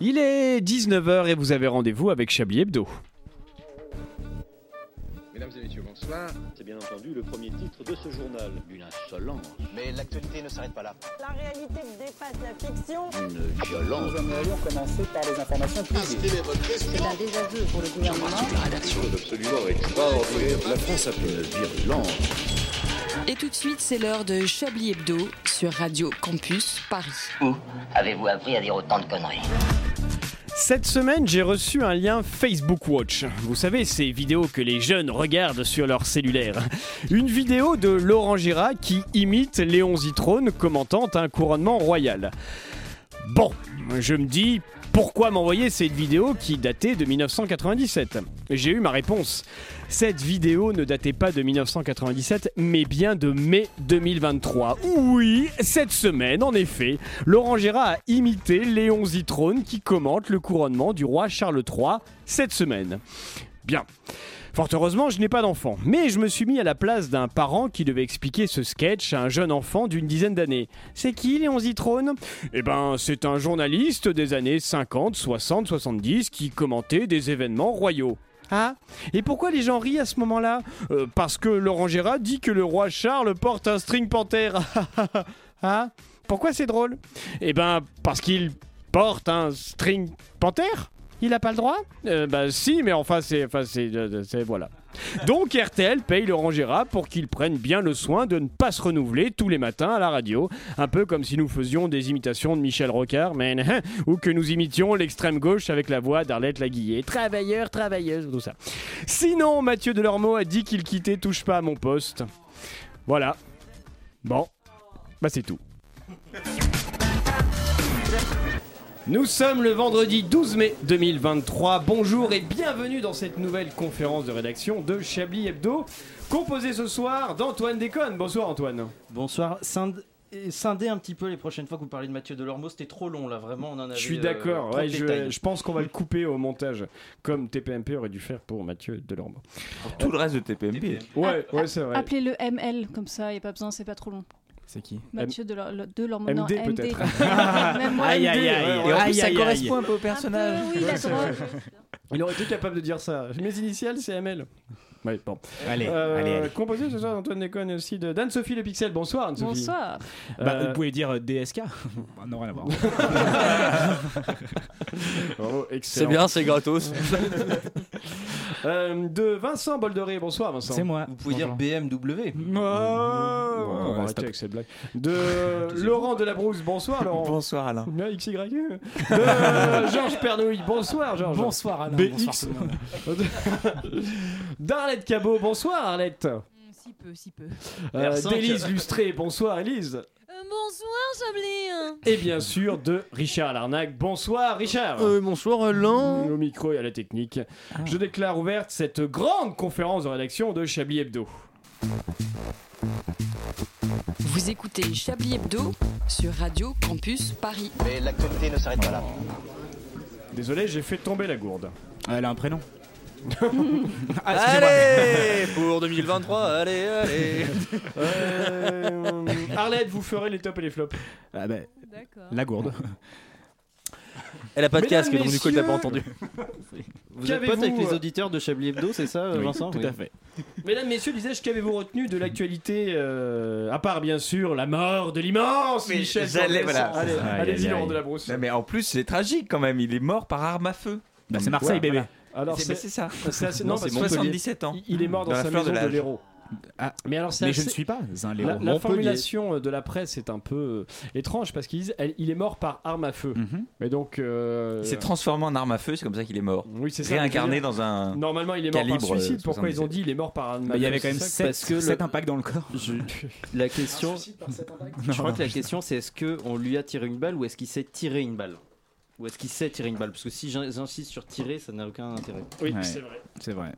Il est 19h et vous avez rendez-vous avec Chablis Hebdo. Mesdames et messieurs, bonsoir. C'est bien entendu le premier titre de ce journal. Une insolence, Mais l'actualité ne s'arrête pas là. La réalité dépasse la fiction. une violence. Nous aimerions commencer par les informations privées. C'est un désaveu pour le gouvernement. Ah, Ah, Et tout de suite, c'est l'heure de Chablis Hebdo sur Radio Campus Paris. Où avez-vous appris à dire autant de conneries Cette semaine, j'ai reçu un lien Facebook Watch. Vous savez, ces vidéos que les jeunes regardent sur leur cellulaire. Une vidéo de Laurent Gérard qui imite Léon Zitrone commentant un couronnement royal. Bon, je me dis, pourquoi m'envoyer cette vidéo qui datait de 1997 J'ai eu ma réponse. Cette vidéo ne datait pas de 1997, mais bien de mai 2023. Oui, cette semaine, en effet, Laurent Gérard a imité Léon Zitrone qui commente le couronnement du roi Charles III cette semaine. Bien. Fort heureusement, je n'ai pas d'enfant, mais je me suis mis à la place d'un parent qui devait expliquer ce sketch à un jeune enfant d'une dizaine d'années. C'est qui Léon Zitrone Eh ben, c'est un journaliste des années 50, 60, 70 qui commentait des événements royaux. Ah Et pourquoi les gens rient à ce moment-là Euh, Parce que Laurent Gérard dit que le roi Charles porte un string panthère. ah Pourquoi c'est drôle Eh ben, parce qu'il porte un string panthère il n'a pas le droit Euh, Bah si, mais enfin c'est... Enfin, c'est, euh, c'est- voilà. Donc RTL paye Laurent Gérard pour qu'il prenne bien le soin de ne pas se renouveler tous les matins à la radio, un peu comme si nous faisions des imitations de Michel Rocard, mais, hein, ou que nous imitions l'extrême gauche avec la voix d'Arlette Laguillet. Travailleur, travailleuse, tout ça. Sinon, Mathieu Delormeau a dit qu'il quittait Touche pas à mon poste. Voilà. Bon, bah c'est tout. Nous sommes le vendredi 12 mai 2023. Bonjour et bienvenue dans cette nouvelle conférence de rédaction de Chablis Hebdo, composée ce soir d'Antoine Déconne. Bonsoir Antoine. Bonsoir. Scind- et Scindez un petit peu les prochaines fois que vous parlez de Mathieu Delormeau, c'était trop long là, vraiment, on en avait. Je suis euh, d'accord, trop de ouais, je, détails. je pense qu'on va le couper au montage, comme TPMP aurait dû faire pour Mathieu Delormeau. Tout le reste de TPMP. Ouais, ouais, c'est vrai. Appelez-le ML, comme ça, il n'y a pas besoin, c'est pas trop long. C'est qui Mathieu de leur, de leur MD, peut-être. Même moi, Aïe, aïe, MD. aïe. Et en plus, ça aïe, correspond un peu au Un peu, personnage. oui, la drogue. Il aurait été capable de dire ça. Mes initiales, c'est ML. Ouais, bon. Allez, Euh, Composé ce soir d'Antoine Déconne et aussi de- d'Anne-Sophie Le Pixel. Bonsoir Anne-Sophie. Bonsoir. Euh, Bah, pouvez dire DSK Ah, Non, rien à voir. Oh, bravo, C'est excellent. bien, c'est gratos. Euh, de Vincent Boldoré. Bonsoir Vincent. moi. Mmh. Vous pouvez dire BMW. Oh, on va arrêter avec cette blague. De Laurent Delabrousse, bonsoir Laurent. Bonsoir Alain. Ouais, XY. De euh, Georges Pernouille, bonsoir Georges. Bonsoir Alain. BX. D'Arlette Cabot, bonsoir Arlette. Si peu, si peu. Euh, R5. D'Élise Lustré, bonsoir Élise. Euh, bonsoir, Chablé. Et bien sûr de Richard Larnac, bonsoir Richard. bonsoir, Au micro et à la technique. Ah. Je déclare ouverte cette grande conférence de rédaction de Chablis Hebdo. Vous écoutez Chablis Hebdo sur Radio Campus Paris. Mais l'actualité ne s'arrête pas là. Désolé, j'ai fait tomber la gourde. Ah, Elle a un prénom. Ah, allez Pour 2023, allez, allez Euh, Arlette, vous ferez les tops et les flops. D'accord. Ah, ben, la gourde. Elle a pas de Mesdames, casque, donc du coup, elle t'a pas messieurs. entendu. Vous êtes pote Qu'avez-vous, avec les euh, auditeurs de Chablis Hebdo, c'est ça, euh, Vincent Oui. fait. Mesdames, messieurs, disais-je, qu'avez-vous retenu de l'actualité euh, À part, bien sûr, la mort de l'immense Mais Michel. Sanderson. j'allais- voilà. Allez, Aïe, Allez-y, aïe, Laurent aïe. de la Brousse. mais en plus, c'est tragique quand même. Il est mort par arme à feu. Bah, c'est Marseille, bébé. Alors, c'est c'est. c'est ça. c'est assez- Non, non, c'est parce que 77 ans. il- Il est mort dans, Dans la sa fleur de maison de, l'âge. l'Hérault. Ah. Mais alors, c'est assez- pas un La, la formulation de la presse est un peu euh, étrange parce qu'ils disent elle- il est mort par arme à feu. Mhm. Mais donc. euh, Il s'est transformé en arme à feu, c'est comme ça qu'il est mort. Oui, c'est ça. Réincarné dans un. Normalement, il est mort Calibre, par suicide. euh, Bah, Pourquoi ils ont 77. dit il est mort par arme à feu il y avait c'est quand même ça sept- Parce que le- sept impacts dans le corps. La question, Suicide par sept impacts. Ah, je crois que la question c'est est-ce qu'on lui a tiré une balle ou est-ce qu'il s'est tiré une balle Ou est-ce qu'il sait tirer une balle Parce que si j'in- j'insiste sur tirer, ça n'a aucun intérêt. Oui, Ouais. c'est vrai. C'est vrai.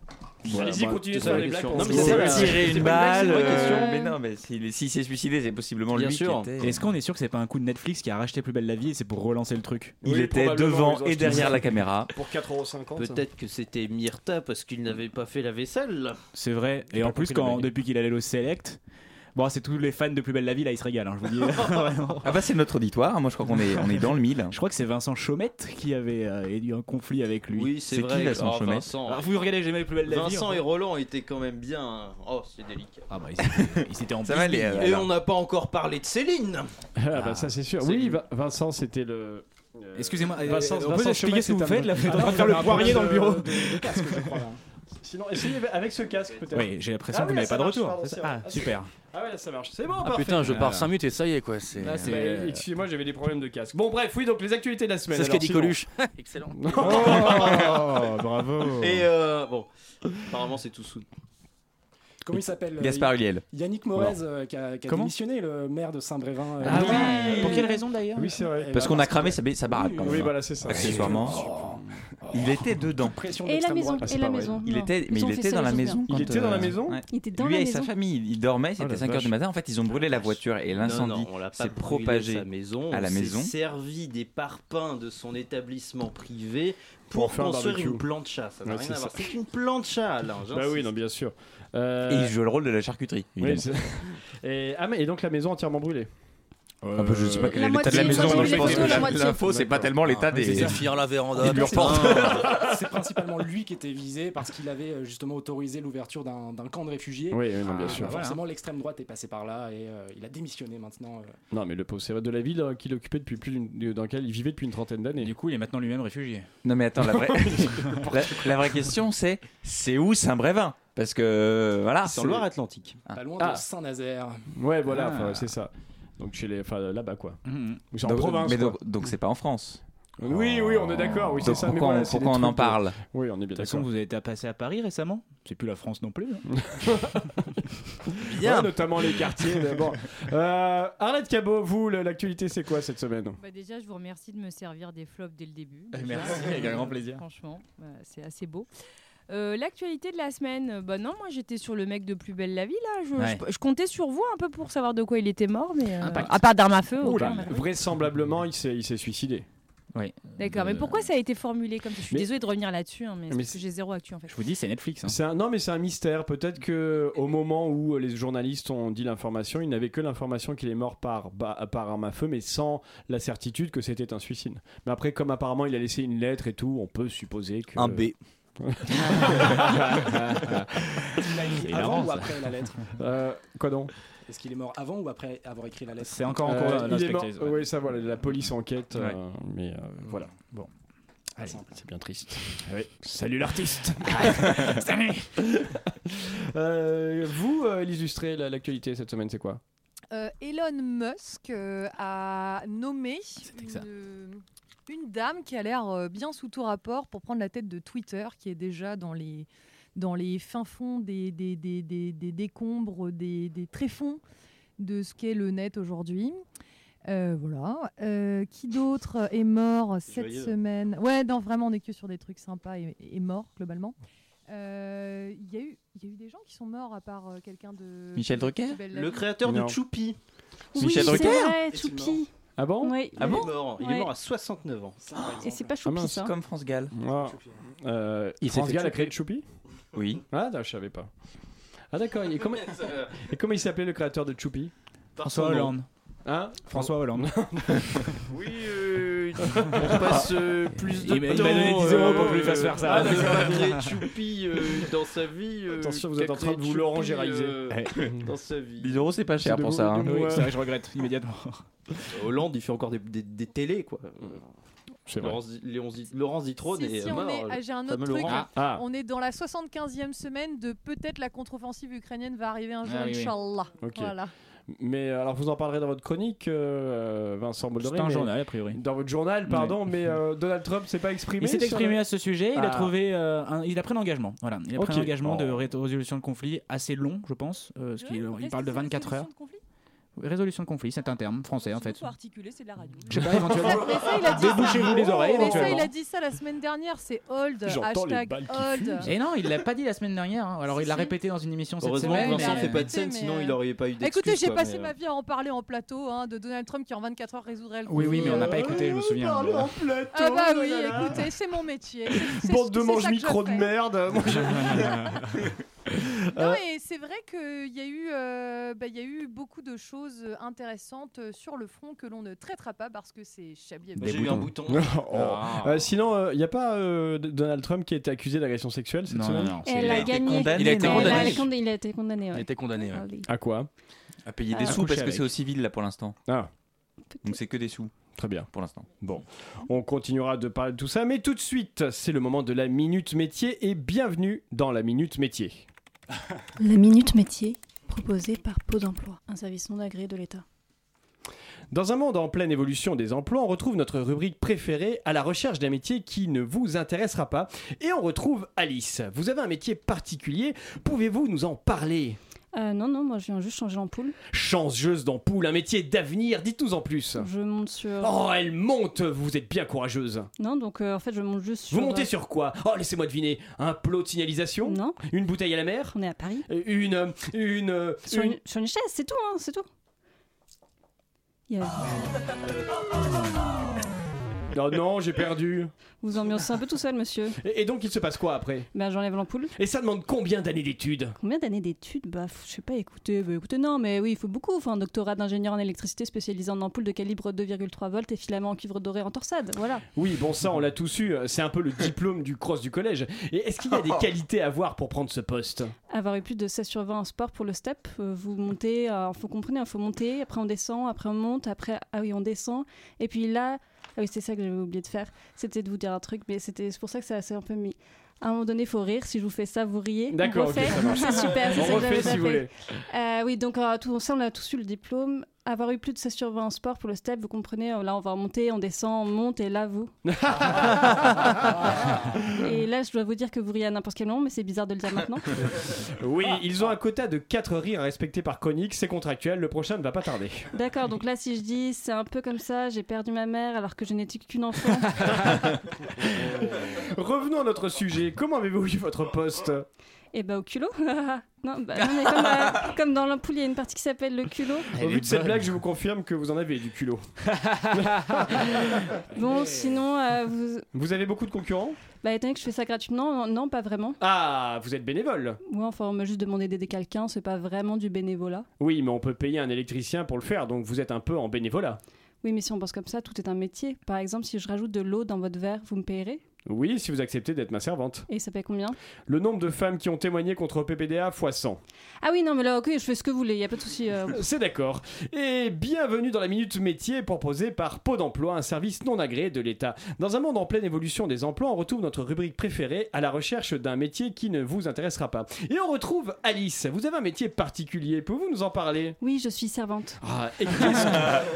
Allez-y, continuez c'est sur la les blagues. question. Non, mais C'est c'est pas vrai. tirer une balle. vraie euh, question. Mais non, mais s'il est- s'il s'est suicidé, c'est possiblement Bien lui sûr. qui était. euh, Est-ce qu'on est sûr que c'est pas un coup de Netflix qui a racheté Plus belle la vie et c'est pour relancer le truc Il Oui, était probablement, devant ils ont et acheté ça. derrière la caméra. Pour 4,50€. Peut-être que c'était Myrta parce qu'il n'avait pas fait la vaisselle. C'est vrai. J'ai Et en pas plus, compris la quand- blague. depuis qu'il allait au Select, Bon, c'est tous les fans de Plus Belle la Vie, là, ils se régalent, hein, je vous dis. Vraiment. Ah bah c'est notre auditoire, hein. moi je crois qu'on est, on est dans le mille. Je crois que c'est Vincent Chaumette qui avait euh, eu un conflit avec lui. Oui, c'est C'est vrai. qui, Vincent Oh, Chaumet Vincent. Alors, vous regardez, j'ai jamais plus belle la vie, Vincent en fait. et Roland étaient quand même bien. Oh, c'est délicat. Ah bah, ils étaient, ils étaient en bisbille. euh, Et on n'a pas encore parlé de Céline. Ah, bah ça c'est sûr. Oui, Va- Vincent, c'était le. euh, Excusez-moi, euh, Vincent, on peut Vincent expliquer Chaumet, ce que vous c'est un- faites, là Vous êtes en Ah, train de faire le on a un poirier dans le problème de- bureau. de- de casque, je crois, là. Sinon, essayez avec ce casque peut-être. Oui, j'ai l'impression Ah que oui, vous n'avez là, pas ça de marche, retour. pardon, C'est c'est ça Ah, vrai. super. Ah ouais, là ça marche. C'est bon, Ah parfait. putain, je pars Ah. 5 minutes et ça y est quoi. C'est. Là, c'est- euh, euh, Excusez-moi, j'avais des problèmes de casque. Bon, bref, oui, donc les actualités de la semaine. C'est ce qu'a alors, dit sinon. Coluche. Excellent. Oh, bravo. Et euh, bon, apparemment c'est tout sous. Comment il s'appelle euh, Gaspard Huliel. Yannick Comment Morez euh, qui a, qui a Comment démissionné, le maire de Saint-Brévin. euh, Ah oui. euh, Pour quelle raison, d'ailleurs Oui, c'est vrai. Eh Parce ben, qu'on a cramé sa, ba- sa baraque. quand oui, même, voilà, hein. c'est ça. Accessoirement. Il était dedans. Pression Et la maison, et la maison. Il non. était, mais Ils ont il fait était ça, dans ils la ont fait maison. bien. quand, euh, ouais. Il était dans Lui la et maison. sa famille, il dormait, c'était Oh la 5h du vache. matin. En fait, ils ont brûlé la voiture et Non, l'incendie non, on l'a pas s'est brûlé propagé sa maison, à la on s'est maison. servi des parpaings de son établissement privé pour, Pour faire un construire barbecue. une plancha. Ça n'a Ouais, rien c'est à voir. ça. C'est une plancha, là. Bah oui, j'insiste. non, bien sûr. Et Euh, il joue le rôle de la charcuterie. oui, évidemment. c'est- et, ah, mais, et donc la maison entièrement brûlée. Ah bah, je sais pas quel La est l'état de moitié, la maison, ils ont donc mis je les pense photos, que la la- moitié. l'info c'est pas tellement l'état des. c'est fier la véranda. des murs porteurs. C'est principalement lui qui était visé parce qu'il avait euh, justement autorisé l'ouverture d'un d'un camp de réfugiés. Oui, oui, non, bien Ah, sûr. hein. bah, Forcément, l'extrême droite est passée par là et euh, il a démissionné maintenant. euh, Non, mais le pauvre, c'est de la ville euh, qu'il occupait depuis plus d'une- dans laquelle il vivait depuis une trentaine d'années. Du coup, il est maintenant lui-même réfugié. Non mais attends, la vraie, la, la vraie question c'est c'est où Saint-Brévin Parce que euh, voilà. C'est en Loire-Atlantique. Pas loin Ah. de Saint-Nazaire. Ouais, voilà, Ah. enfin, c'est ça. Donc chez les, enfin là-bas quoi. Mm, Mhm. Ou c'est en Donc- province. Mais quoi. donc donc c'est pas en France. Oui, oui, on est d'accord. Oui, c'est Donc ça. mais pourquoi voilà, on- c'est des pourquoi on en trucs de- parle Oui, on est bien De toute façon, d'accord. vous avez été passé à Paris récemment C'est plus la France non plus. hein. Bien. notamment les quartiers. mais bon. Euh, Arlette Cabot, vous, le- l'actualité, c'est quoi cette semaine Bah déjà, je vous remercie de me servir des flops dès le début. Euh, déjà. merci, avec un grand plaisir. Franchement, bah, c'est assez beau. Euh, L'actualité de la semaine, euh, bah non, moi j'étais sur le mec de Plus Belle la Vie là. Je, Ouais. je- je comptais sur vous un peu pour savoir de quoi il était mort, mais euh, Impact. à part d'armes à feu. Ouh aucun, là là. maintenant. Vraisemblablement, il s'est il s'est suicidé. Oui. Euh, D'accord, mais pourquoi ça a été formulé comme ça Je suis Mais- désolée de revenir là-dessus, hein, mais, c'est Mais parce que j'ai zéro actu en fait. vous dis, c'est Netflix. hein. Un, non, mais c'est un mystère. Peut-être que au moment où euh, les journalistes ont dit l'information, ils n'avaient que l'information qu'il est mort par, ba- par arme à feu, mais sans la certitude que c'était un suicide. Mais après, comme apparemment il a laissé une lettre et tout, on peut supposer que. Un B. C'est avant hilarant, ou ça. après la lettre Euh, Quoi donc Est-ce qu'il est mort avant ou après avoir écrit la lettre Euh, il est mort- Oui, ça voilà, la police enquête, euh, Ouais. mais euh, voilà. Bon. Allez, c'est bien triste. Ouais. Salut l'artiste Salut Euh, Vous, euh, l'illustré, la- l'actualité cette semaine, c'est quoi Euh, Elon Musk euh, a nommé euh, une, une dame qui a l'air euh, bien sous tout rapport pour prendre la tête de Twitter, qui est déjà dans les, dans les fins fonds des, des, des- des- des décombres, des, des tréfonds de ce qu'est le net aujourd'hui. Euh, voilà. Euh, qui d'autre est mort cette Joyeux. semaine Ouais, non, vraiment, on est que sur des trucs sympas et, et morts, globalement. Euh, Il y, a eu- il y a eu des gens qui sont morts à part euh, quelqu'un de. Michel de- Drucker de Belle la Le Vie. créateur Non. de Choupi. Oui, Michel c'est Drucker vrai, Choupi. Ah bon Oui. Ah bon il est mort. Oh, Il Ouais. est mort à 69 ans. Et c'est pas Ah Choupi mince, ça. hein. comme France Gall. Euh, Il s'est France fait Gall a choper. créé le Choupi Oui. Ah, non, je savais pas. Ah d'accord, et comment, euh, et comment il s'appelait le créateur de Choupi Par son François nom. Hollande. Hein François Hollande. Oui, euh, On passe euh, plus de Il m'a- il temps. m'a donné 10 euros pour que je lui euh, fasse faire ça. Ah, mais c'est pas vrai, Choupi euh, dans sa vie. euh, Attention, vous êtes en train de vous Choupi, l'orangériser. euh, Dans sa vie. 10 euros, Oh, c'est pas cher C'est pour de ça. vous- de hein. vous- Oui, c'est vrai, je regrette immédiatement. Hollande, il fait encore des, des, des télés, quoi. C'est Laurence, Laurence, Laurence Zitrone Si, est si, on mort. Euh, est- le ah, j'ai un fameux autre truc. Laurent. là. On est dans la 75e semaine de peut-être la contre-offensive ukrainienne va arriver un jour, Ah oui, oui. Inch'Allah. Ok. Voilà. Mais euh, alors vous en parlerez dans votre chronique, euh, Vincent Bolloré. C'est un mais- journal, a priori. Dans votre journal, pardon, mais euh, Donald Trump s'est pas exprimé. Il s'est sur exprimé le- à ce sujet, il Ah. a trouvé, euh, un- il a pris un engagement. Voilà, il a pris Ok. un engagement de Oh. ré- résolution de conflit assez long, je pense, euh, parce qu'il il parle de 24 heures. Résolution de conflit, c'est un terme français en fait. Faut articuler, c'est de la radio. Je sais pas, éventuellement. Mais ça, il a dit ça. Débouchez-vous les oreilles, Mais ça, il éventuellement. a dit ça la semaine dernière, c'est old. J'entends les Hashtag balles qui old. Et non, il l'a pas dit la semaine dernière. hein. Alors il l'a répété dans une émission cette Heureusement semaine. que Vincent mais- fait pas de scène, mais, sinon euh, il aurait pas eu d'excuses. Écoutez, j'ai quoi, passé euh. mais, euh, ma vie à en parler en plateau hein, de Donald Trump qui en 24 heures résoudrait le Oui, oui, mais on n'a pas conflit. écouté, je me souviens. Ah bah oui, écoutez, c'est mon métier. C'est- c'est- Bande de c'est ça que je mange-micro de fais. merde. Moi, je- Euh, Non, mais c'est vrai qu'il y, a eu, euh, bah, il y a eu beaucoup de choses euh, intéressantes sur le front que l'on ne traitera pas parce que c'est Chablis. Des J'ai eu un boutons. Oh. bouton. Ah. Euh, sinon, il n'y a pas euh, D- Donald Trump qui a été accusé d'agression sexuelle cette Non, semaine non, non, Elle a gagné. Il a été Elle condamné. condamné. Il a été condamné. Il a ouais. été condamné. ouais. Allez. Ah. À quoi À payer des À sous coucher parce que avec. c'est au civil là pour l'instant. Ah. Donc c'est que des sous. Très bien. Pour l'instant. Bon, on continuera de parler de tout ça, mais tout de suite, c'est le moment de la Minute Métier et bienvenue dans la Minute Métier. La minute métier proposée par Pau d'emploi, un service non agréé de l'État. Dans un monde en pleine évolution des emplois, on retrouve notre rubrique préférée à la recherche d'un métier qui ne vous intéressera pas. Et on retrouve Alice. Vous avez un métier particulier, pouvez-vous nous en parler Euh, non, non, moi je viens juste changer l'ampoule. Changeuse d'ampoule, un métier d'avenir, dites-nous en plus. Je monte sur. Oh, elle monte, vous êtes bien courageuse. Non, donc euh, en fait je monte juste sur. Vous montez sur quoi Oh, laissez-moi deviner. Un plot de signalisation Non. Une bouteille à la mer On est à Paris. Une. Une. Sur une, sur une chaise, c'est tout, hein, c'est tout. Ah, Il y a- Non, non, j'ai perdu. Vous ambiancez un peu tout seul, monsieur. Et, et donc, il se passe quoi après Ben j'enlève l'ampoule. Et ça demande combien d'années d'études Combien d'années d'études Bah, f- je sais pas, écoutez, bah, écoutez, non, mais oui, il faut beaucoup. Enfin, un doctorat d'ingénieur en électricité spécialisé en ampoules de calibre 2,3 volts et filaments en cuivre doré en torsade. Voilà. Oui, bon, ça, on l'a tous eu. C'est un peu le diplôme du cross du collège. Et est-ce qu'il y a des qualités à avoir pour prendre ce poste Avoir eu plus de 16 sur 20 en sport pour le step, euh, vous montez, il faut comprendre, il faut monter, après on descend, après on monte, après, ah oui, on descend. Et puis là, ah oui, c'est ça que j'avais oublié de faire, c'était de vous dire un truc, mais c'était c'est pour ça que ça s'est un peu mis. À un moment donné, faut rire. Si je vous fais ça, vous riez. D'accord, On refait. ok, ça marche. c'est super. c'est On ça que refait j'avais si pas vous fait. voulez. Euh, oui, donc euh, tout ça, on a tous eu le diplôme. Avoir eu plus de 16 sur 20 en sport pour le step, vous comprenez, euh, là on va remonter, on descend, on monte, et là vous. et là, je dois vous dire que vous riez à n'importe quel moment, mais c'est bizarre de le dire maintenant. Oui, ils ont un quota de 4 rires respectés par chronique. C'est contractuel. Le prochain ne va pas tarder. D'accord, donc là, si je dis c'est un peu comme ça, j'ai perdu ma mère alors que je n'étais qu'une enfant. Revenons à notre sujet. Comment avez-vous eu votre poste Et bah, au culot Non, bah, non, mais comme, euh, comme dans l'ampoule, il y a une partie qui s'appelle le culot. Au vu de cette blague, je vous confirme que vous en avez du culot. Bon, sinon, euh, vous... Vous avez beaucoup de concurrents bah, étant donné que je fais ça gratuitement, non, pas vraiment. Ah, vous êtes bénévole Moi, enfin, on m'a juste demandé d'aider quelqu'un, c'est pas vraiment du bénévolat. Oui, mais on peut payer un électricien pour le faire, donc vous êtes un peu en bénévolat. Oui, mais si on pense comme ça, tout est un métier. Par exemple, si je rajoute de l'eau dans votre verre, vous me payerez Oui, si vous acceptez d'être ma servante. Et ça paye combien Le nombre de femmes qui ont témoigné contre PPDA fois 100. Ah oui, non, mais là, ok, je fais ce que vous voulez, y a pas de souci. euh. C'est d'accord. Et bienvenue dans la Minute Métier proposée par Pôle d'Emploi, un service non agréé de l'État. Dans un monde en pleine évolution des emplois, on retrouve notre rubrique préférée à la recherche d'un métier qui ne vous intéressera pas. Et on retrouve Alice. Vous avez un métier particulier, pouvez-vous nous en parler Oui, je suis servante. Ah, et qu'est-ce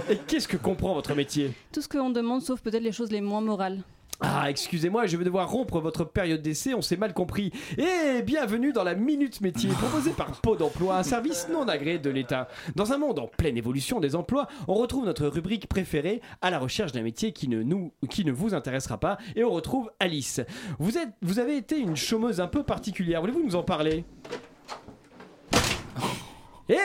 que- et qu'est-ce que comprend votre métier Tout ce qu'on demande, sauf peut-être les choses les moins morales. Ah, excusez-moi, je vais devoir rompre votre période d'essai, on s'est mal compris. Et bienvenue dans la Minute Métier, proposée par Pôle d'Emploi, un service non agréé de l'État. Dans un monde en pleine évolution des emplois, on retrouve notre rubrique préférée à la recherche d'un métier qui ne, nous, qui ne vous intéressera pas, et on retrouve Alice. Vous, êtes, vous avez été une chômeuse un peu particulière, voulez-vous nous en parler et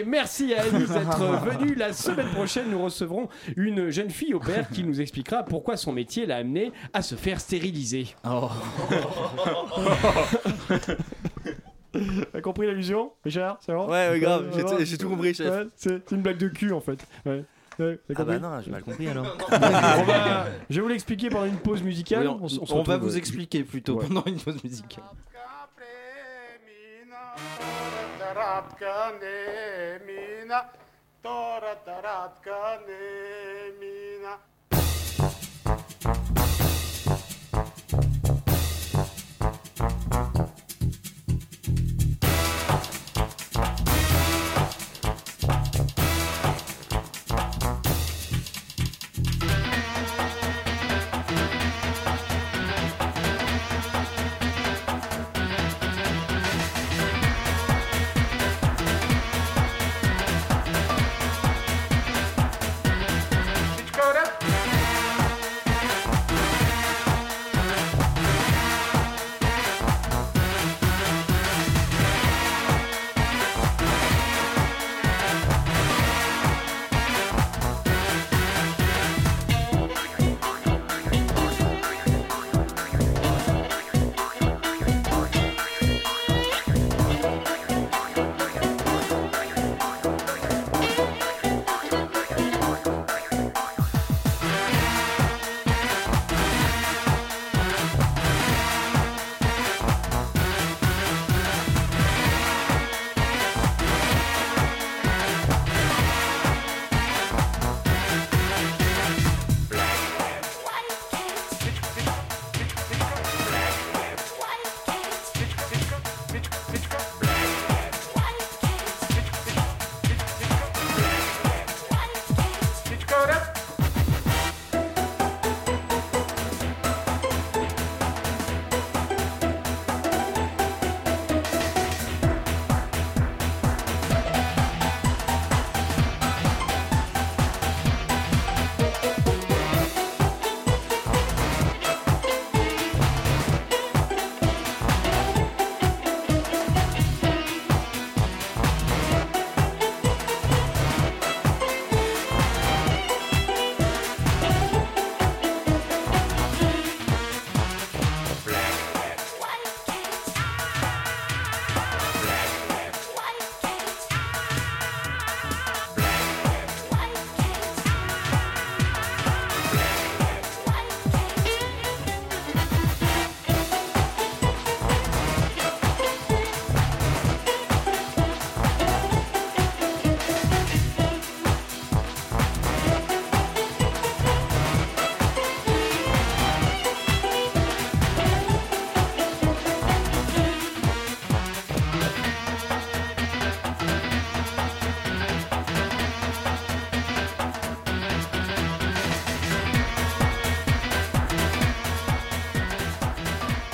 Eh, merci à Alice d'être venue. La semaine prochaine, nous recevrons une jeune fille au père qui nous expliquera pourquoi son métier l'a amenée à se faire stériliser. T'as compris l'allusion, Richard C'est bon Ouais, ouais, grave, Euh, j'ai- vraiment j'ai tout compris, chef. Ouais, c'est c'est une blague de cul en fait. Ouais. Ouais, Ah t'as bah compris non, j'ai mal compris alors. Bon, bah, je vais vous l'expliquer pendant une pause musicale. Oui, on- se on retrouve, va vous euh, expliquer plutôt ouais. pendant une pause musicale. Dakota.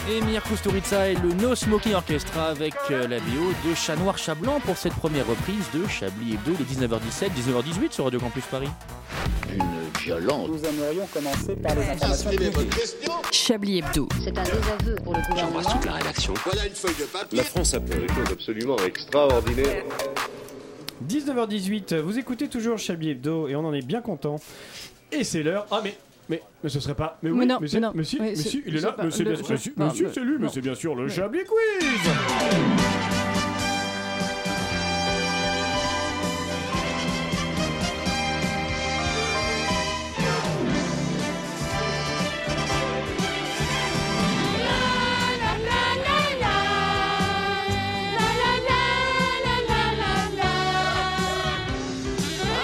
Et Mir Kusturica et le No Smoking Orchestra avec euh, la bio de Chat Noir Chat Blanc pour cette première reprise de Chablis Hebdo, les 19h17, 19h18 sur Radio Campus Paris. Une violence. Nous aimerions commencer par les informations publiques. Chablis Hebdo. C'est un désaveu pour le gouvernement. la rédaction. Voilà une feuille de papier. La France a fait des choses absolument extraordinaires. 19h18, vous écoutez toujours Chablis Hebdo et on en est bien content. Et c'est l'heure. Ah, mais. Mais, mais ce serait pas. Mais oui, Mais non, mais, c'est- non. mais si, Oui, mais c'est- si, il est c'est là, pas- mais c'est le- bien, mais si, non, mais si, le- c'est lui, mais non. c'est bien sûr le Oui. Chablis Quiz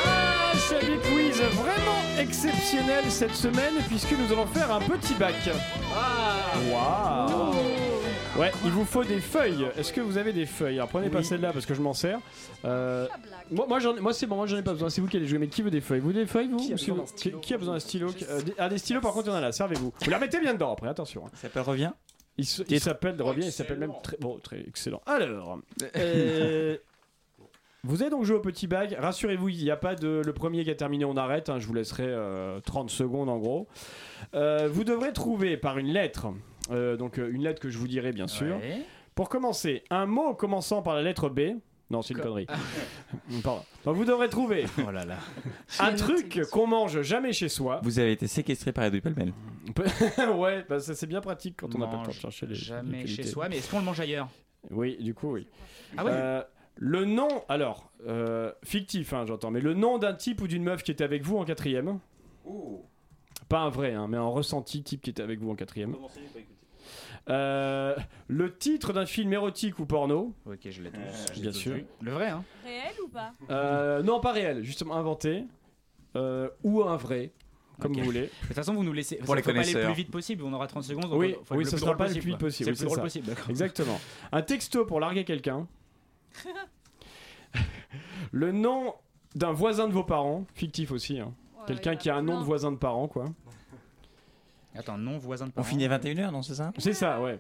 Ah, Chablis Quiz vraiment exceptionnel cette semaine puisque nous allons faire un petit bac. Waouh Ouais, il vous faut des feuilles. Est-ce que vous avez des feuilles Alors prenez pas celle-là parce que je m'en sers. Euh, moi, moi, j'en ai- moi, c'est bon, moi j'en ai pas besoin. C'est vous qui allez jouer. Mais qui veut des feuilles Vous des feuilles vous Qui a Ou si besoin vous- d'un qui- qui a besoin d'un stylo Euh, des- Ah des stylos par contre il y en a là. Servez-vous. Vous la mettez bien dedans après. Attention. hein. Ça s'appelle Reviens. Il se- il s'appelle revient. Il s'appelle même très bon, très excellent. Alors. euh, Vous avez donc joué au petit bag. Rassurez-vous, il n'y a pas de le premier qui a terminé, on arrête. hein. je vous laisserai euh, 30 secondes en gros. Euh, vous devrez trouver par une lettre, euh, donc euh, une lettre que je vous dirai bien sûr. Pour commencer, un mot commençant par la lettre B. Non, c'est une connerie. Pardon. Donc vous devrez trouver un truc qu'on mange jamais chez soi. Vous avez été séquestré par Edoui Palmel. ouais, bah, ça c'est bien pratique quand on n'a pas le temps de chercher les. Jamais les chez qualités. soi, mais est-ce qu'on le mange ailleurs Oui, du coup, oui. Ah ouais Euh, le nom, alors, euh, fictif, hein, j'entends, mais le nom d'un type ou d'une meuf qui était avec vous en quatrième. Oh. Pas un vrai, hein, mais un ressenti type qui était avec vous en quatrième. Euh, le titre d'un film érotique ou porno. Ok, je l'ai tous. bien sûr. Le vrai, hein Réel ou pas Euh, non, pas réel, justement inventé. Euh, ou un vrai, comme Ok. vous voulez. De toute façon, vous nous laissez. Pour ça, les faut pas aller connaisseurs. plus vite possible, on aura 30 secondes. donc Oui, faut- faut oui le ça plus sera drôle pas le plus vite quoi. possible. C'est le plus oui, drôle ça. possible, d'accord. Exactement. Un texto pour larguer quelqu'un. le nom d'un voisin de vos parents, fictif aussi. hein. quelqu'un qui a un nom de voisin de parents, quoi. Attends, non, voisin de On parents. finit à 21h, non, c'est ça C'est ça, ouais.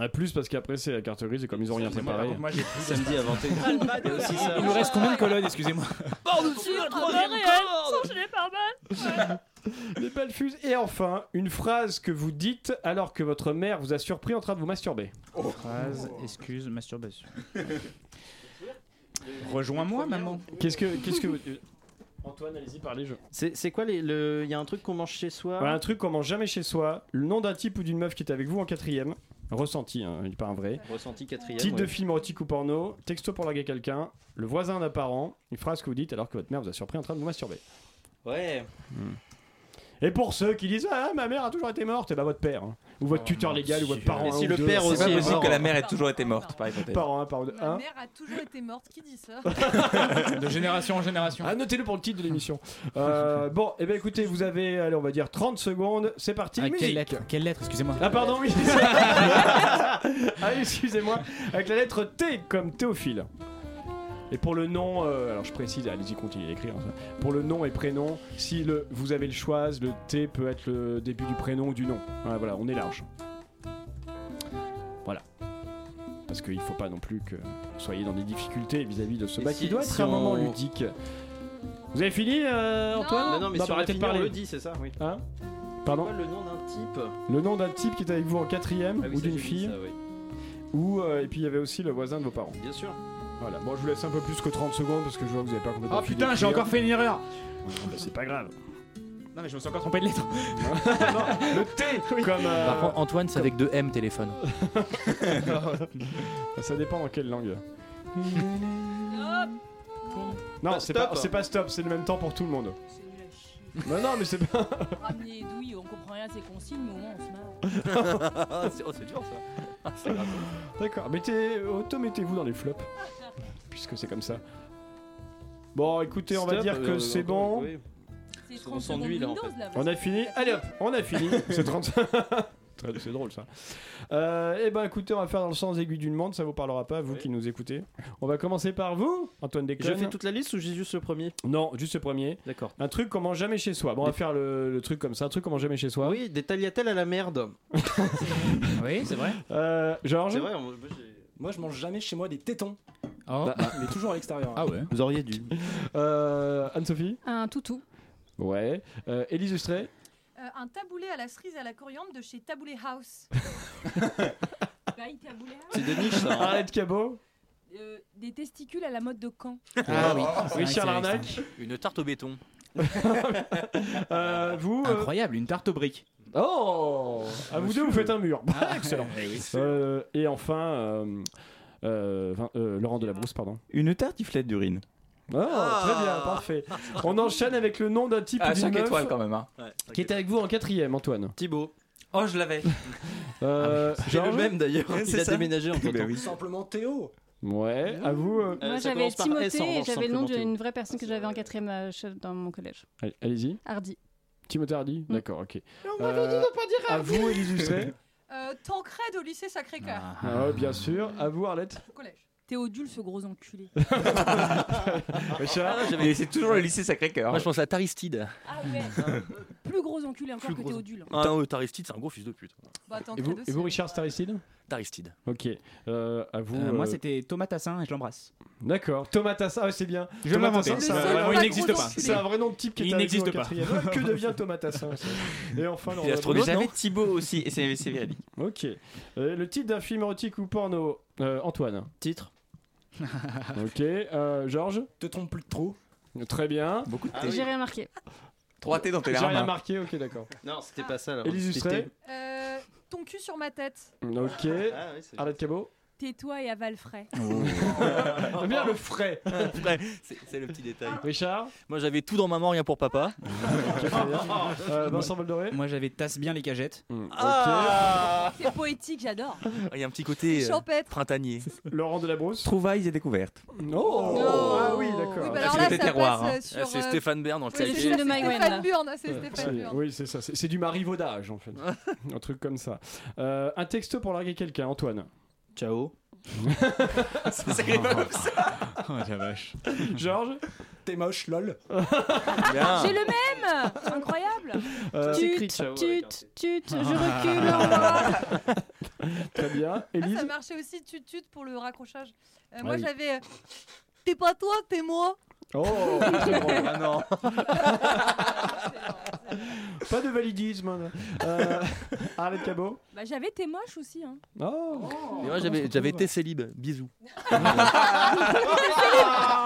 À plus parce qu'après c'est la carte grise et comme ils ont rien Excusez-moi, par préparé. contre, moi, j'ai plus de Samedi space. à 21. Il y a aussi ça. Il nous reste combien de colonnes, excusez-moi Par-dessus la troisième corde Sans les par Les balles fusent. Et enfin, une phrase que vous dites alors que votre mère vous a surpris en train de vous masturber. Phrase, excuse, masturbation. Rejoins-moi, maman. Qu'est-ce que. Qu'est-ce que Antoine, allez-y, parlez, je. C'est c'est quoi les- le. Il y a un truc qu'on mange chez soi. Voilà, un truc qu'on mange jamais chez soi, le nom d'un type ou d'une meuf qui est avec vous en quatrième, ressenti, hein, il est pas un vrai. Ressenti quatrième. Titre de ouais. film érotique ou porno, texto pour larguer quelqu'un, le voisin d'un parent, une phrase que vous dites alors que votre mère vous a surpris en train de vous masturber. Ouais. Hmm. Et pour ceux qui disent Ah, ma mère a toujours été morte, et bah votre père, hein. ou Oh, votre Ah, tuteur légal, ou votre parent. Et un si ou le deux, père c'est aussi pas est possible mort. que la mère ait toujours été morte, par hypothèse. Parent 1, parent 2, Ma 1. mère a toujours été morte. Qui dit ça De génération en génération. Ah, notez-le pour le titre de l'émission. Euh, bon, et ben écoutez, vous avez, allez, on va dire 30 secondes, c'est parti. Ah, musique. quelle lettre Quelle lettre, excusez-moi. Ah pardon, oui. ah excusez-moi. Avec la lettre T comme Théophile. Et pour le nom, euh, alors je précise, allez-y, continuez d'écrire. hein, ça. Pour le nom et prénom, si le, vous avez le choix, le T peut être le début du prénom ou du nom. Voilà, voilà, on est large. Voilà. Parce qu'il ne faut pas non plus que vous soyez dans des difficultés vis-à-vis de ce Et bac. si- Il doit si être un on- moment ludique. Vous avez fini, euh, Antoine Non, non, mais bah, si on a arrêtez de fini, on parler. le dit, c'est ça, oui. Hein Pardon Quoi, le nom d'un type le nom d'un type qui est avec vous en quatrième Ah oui, ou ça, d'une j'ai vu fille. ça, oui. Ou euh, et puis il y avait aussi le voisin de vos parents. Bien sûr. Voilà. Bon, je vous laisse un peu plus que 30 secondes parce que je vois que vous n'avez pas complètement. Oh fini putain, j'ai d'écrire. encore fait une erreur. Bon, bah, c'est pas grave. Non, mais je me suis encore trompé de lettre. le T comme. euh, Par contre, Antoine, c'est avec deux M téléphone. ça dépend dans quelle langue. Bah, Non, c'est pas, stop. c'est pas stop, c'est le même temps pour tout le monde. Non, non, mais c'est pas. Ramener douille, on comprend rien à ces consignes, mais au moins on se marre. Oh, c'est oh, c'est dur ça. C'est grave. D'accord, mettez, auto-mettez-vous dans les flops. Puisque c'est comme ça. Bon, écoutez, on va Stop, dire que euh, c'est encore, bon. oui. C'est On s'ennuie là en fait. On a fini. Allez hop, on a fini. C'est 30... très- c'est drôle ça. Euh, eh ben écoutez, on va faire dans le sens aigu d'une montre, ça vous parlera pas, vous qui nous écoutez. On va commencer par vous, Antoine Déconne. Je fais toute la liste ou j'ai juste le premier Non, juste le premier. D'accord. Un truc qu'on mange jamais chez soi. Bon, on va faire le, le truc comme ça, un truc qu'on mange jamais chez soi. Oui, des tagliatelles à la merde. oui, c'est vrai. Euh, Georges C'est vrai, on- Moi, je mange jamais chez moi des tétons. Bah, Mais toujours à l'extérieur. Oh. Ah ouais. Vous auriez dû. Euh, Anne-Sophie Un toutou. Ouais. Euh, Élise Ustré Euh, un taboulé à la cerise et à la coriandre de chez Taboulé House. Bye Taboulé House. C'est de niche ça. hein. Arlette Cabot Euh, des testicules à la mode de Caen. Ah oui. Richard Larnac Une tarte au béton. Euh, vous Incroyable, une tarte aux briques. Oh À vous deux, vous faites un mur. Ah, Excellent. eh oui. Euh, et enfin, euh, euh, vin- euh, Laurent Delabrousse, pardon. Une tartiflette d'urine. Oh, très bien, parfait. On enchaîne avec le nom d'un type Ah, ou d'une cinq meuf étoiles quand même, hein. Ouais, qui était avec vous en quatrième, Antoine. Thibaut. Oh, je l'avais. Ah, Euh, C'est Georges le même d'ailleurs. Il a déménagé en Eh Bah temps. ben oui. Simplement Théo. Ouais, à vous. euh, Moi, j'avais Timothée et j'avais le nom d'une vraie personne que j'avais en quatrième euh, chef dans mon collège. Allez- Allez-y. Hardy. Mm. Timothée Hardy D'accord, ok. Euh, on m'avait dit de pas dire À Hardy. vous, Élise Ustré Euh, Tancred au lycée Sacré-Cœur. Ah ouais, bien sûr. À vous, Arlette Collège. Théodule, ce gros enculé. Richard Et c'est toujours le lycée Sacré-Cœur. Ah, Moi, je pense à Taristide. Ah ouais. Plus gros enculé encore que Théodule. Ah, Putain, euh, Taristide, c'est un gros fils de pute. Bah, Ah. Et vous, et vous, Richard Staricide Taristide. Ok. Euh, à vous. Euh, Moi, euh, c'était Thomas Tassin et je l'embrasse. D'accord. Thomas Tassin, ah, c'est bien. Je Thomas l'inventais. Tassin, c'est Le un- seul vraiment, pas gros enculé. C'est un vrai nom de type qui Il était avec nous en n'existe pas. quatrième. Que devient Thomas Tassin c'est- Et enfin, Laurent Delabrousse, J'avais non Thibaut aussi, et c'est c'est véridique. Ok. Euh, le titre d'un film érotique ou porno Euh, Antoine. Titre Ok. euh, Georges Te trompe plus trop. Très bien. Beaucoup de J'ai rien marqué. 3 T dans tes J'ai larmes. hein. rien marqué, ok, d'accord. Non, c'était pas ça là. Élise Ustré Euh, ton cul sur ma tête. Ok. Arlette Cabot Tais-toi et avale frais. J'aime bien le frais. Frais, c'est c'est le petit détail. Richard Moi, j'avais tout dans maman, rien pour papa. Euh, Vincent Boldoré Moi, j'avais Tasse bien les cagettes. Mm. Ah C'est poétique, j'adore. Mm. Il y a un petit côté euh, Champêtre. printanier. Laurent Delabrousse Trouvailles et découvertes. Non Oh. Ah oui, d'accord. Oui, bah alors là, ça passe, euh, sur, Ah, c'est euh, Stéphane Bern dans le oui, c'est taquet. ça, de c'est Maïwenn, là. Stéphane Burn. ah, C'est Ouais, Stéphane c'est- Burn. oui, c'est ça. C'est c'est du marivaudage en fait. un truc comme ça. Euh, un texto pour larguer quelqu'un, Antoine. Ciao. C'est sacré comme ça. Oh la vache. Georges T'es moche, lol. J'ai le même Incroyable Euh, Tut, ciao tut, tut, je recule. au revoir. recule. Ah. Très bien. Ah, ça Élise marchait aussi tut-tut pour le raccrochage. Euh, Ah moi, oui. j'avais. euh, T'es pas toi, t'es moi. Oh très drôle. Ah non. Pas de validisme. hein. Euh, Arlette Cabot Bah, j'avais T'es moche aussi. Hein. Oh Et moi, j'avais j'avais été célib. Bisous. Ah,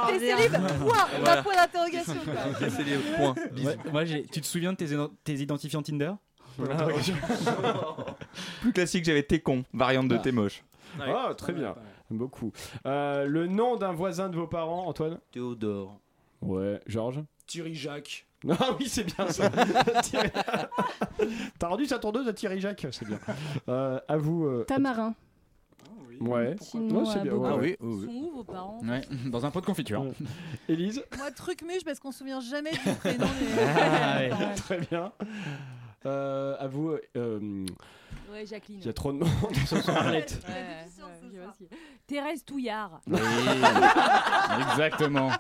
T'es célib Point Voilà. D'un point d'interrogation. quoi. T'es célib. Point. Bisous. Ouais, moi, j'ai- tu te souviens de tes, éno- tes identifiants Tinder Ah Plus classique, j'avais T'es con, Bah, variante de T'es moche. Ah, très bien. J'aime Beaucoup. Euh, le nom d'un voisin de vos parents, Antoine Théodore. Ouais, Georges Thierry Jacques. Ah oui, c'est bien ça. Thierry- T'as rendu sa tourneuse à Thierry Jacques, c'est bien. Euh, à vous. euh, Tamarin. Ouais. Sinon, Ouais, c'est euh, bien, Bobo. Ah ouais, Ah ouais. Ils sont où vos parents Ouais, dans un pot de confiture. Élise Moi, truc muche parce qu'on se souvient jamais du prénom. des- Ah ouais. Très bien. Euh, à vous. euh, euh, Ouais, Jacqueline. Il y a trop de monde ce soir, Arlette. Ouais, ouais, j'ai aussi. Thérèse Touillard. Exactement.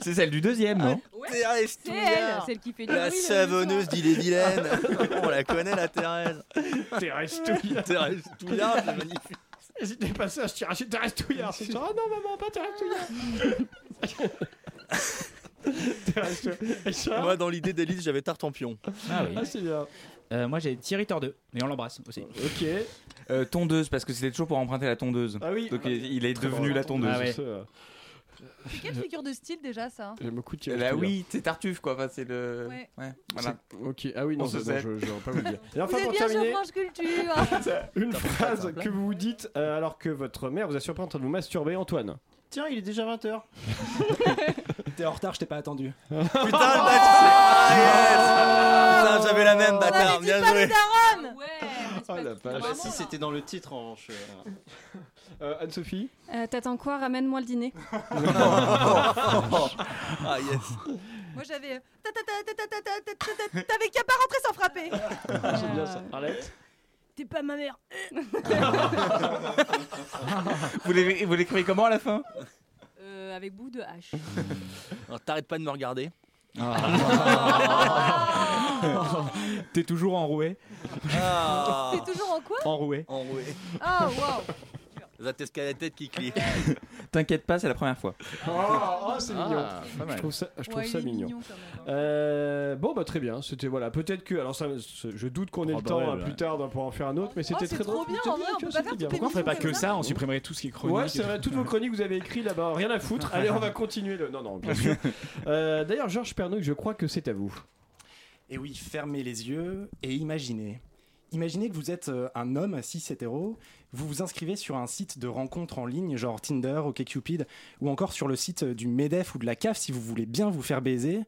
C'est celle du deuxième, non Ah, Thérèse C'est Touillard. elle, celle qui fait du La bruit, le- savonneuse d'Ille et Vilaine. On la connaît, la Thérèse. Thérèse Touillard. Thérèse Touillard, c'est magnifique. J'étais passé à se arracher Thérèse Touillard. C'est genre, ah non, maman, pas Thérèse Touillard. Thérèse Touillard. Richard Moi, dans l'idée d'Élise, j'avais Tartampion. Ah oui. Ah, c'est bien. Euh, moi, j'ai Thierry Tordeux. Et on l'embrasse aussi. Ok. Euh, Tondeuse, parce que c'était toujours pour emprunter la tondeuse. Ah oui. Donc il, il est Très devenu drôle. la tondeuse. Ah ouais. C'est quelle figure de style déjà ça hein J'aime beaucoup Thierry Là, Touillard. oui, c'est Tartuffe, quoi. Enfin, c'est le. Ouais. voilà. C'est- Ok, ah oui, non, On se c'est- sait. non, je n'aurais pas vous le dire. Et Vous enfin, êtes pour bien sur terminer, France Culture une phrase que vous vous dites euh, alors que votre mère vous a surpris en train de vous masturber, Antoine. Tiens, il est déjà 20h. T'es en retard, je t'ai pas attendu. Putain, le bâtard. Ah, yes. Putain, j'avais la même, bâtard. Dis Bien pas les joué. Ah darons Oh la vache. si c'était dans le titre en revanche, euh, Euh, Anne-Sophie Euh, T'attends quoi Ramène-moi le dîner. Ah, yes. Ah, Moi j'avais. ta, ta, ta, ta, ta, ta, ta, ta, ta, ta, euh, T'avais qu'à pas rentrer sans frappe frappé. C'est Euh. bien ça. Arlette T'es pas ma mère. Vous l'avez- vous l'écrivez comment à la fin Euh, avec bout de hache. Alors, T'arrêtes pas de me regarder. Ah. Ah. T'es toujours enroué. Ah. T'es toujours en quoi Enroué. Enroué. Ah, waouh Ça t'escale la tête qui clique. T'inquiète pas, c'est la première fois. Oh, oh, c'est Ah, mignon. pas mal. Je trouve ça, je trouve Ouais, ça il est mignon. mignon hein. Euh, bon, bah très bien. C'était voilà. Peut-être que. Alors, ça, c'est- je doute qu'on ait Oh, le bah temps ouais, hein, bah plus ouais. tard d'en- pour en faire un autre, mais c'était Oh, c'est très trop drôle. bien, C'était en vrai, on tu vois, peut pas c'était faire bien. toutes les Pourquoi on ferait pas émissions que comme ça, ça on supprimerait tout ce qui est chronique Ouais, et c'est tout. vrai. Toutes vos chroniques, vous avez écrit là-bas. Rien à foutre. Allez, on va continuer. Le... Non, non, bien sûr. Euh, D'ailleurs, Georges Pernouille, je crois que c'est à vous. Et oui, fermez les yeux et imaginez. Imaginez que vous êtes euh, un homme assis hétéro, vous vous inscrivez sur un site de rencontre en ligne, genre Tinder, OkCupid, ou encore sur le site euh, du MEDEF ou de la CAF si vous voulez bien vous faire baiser.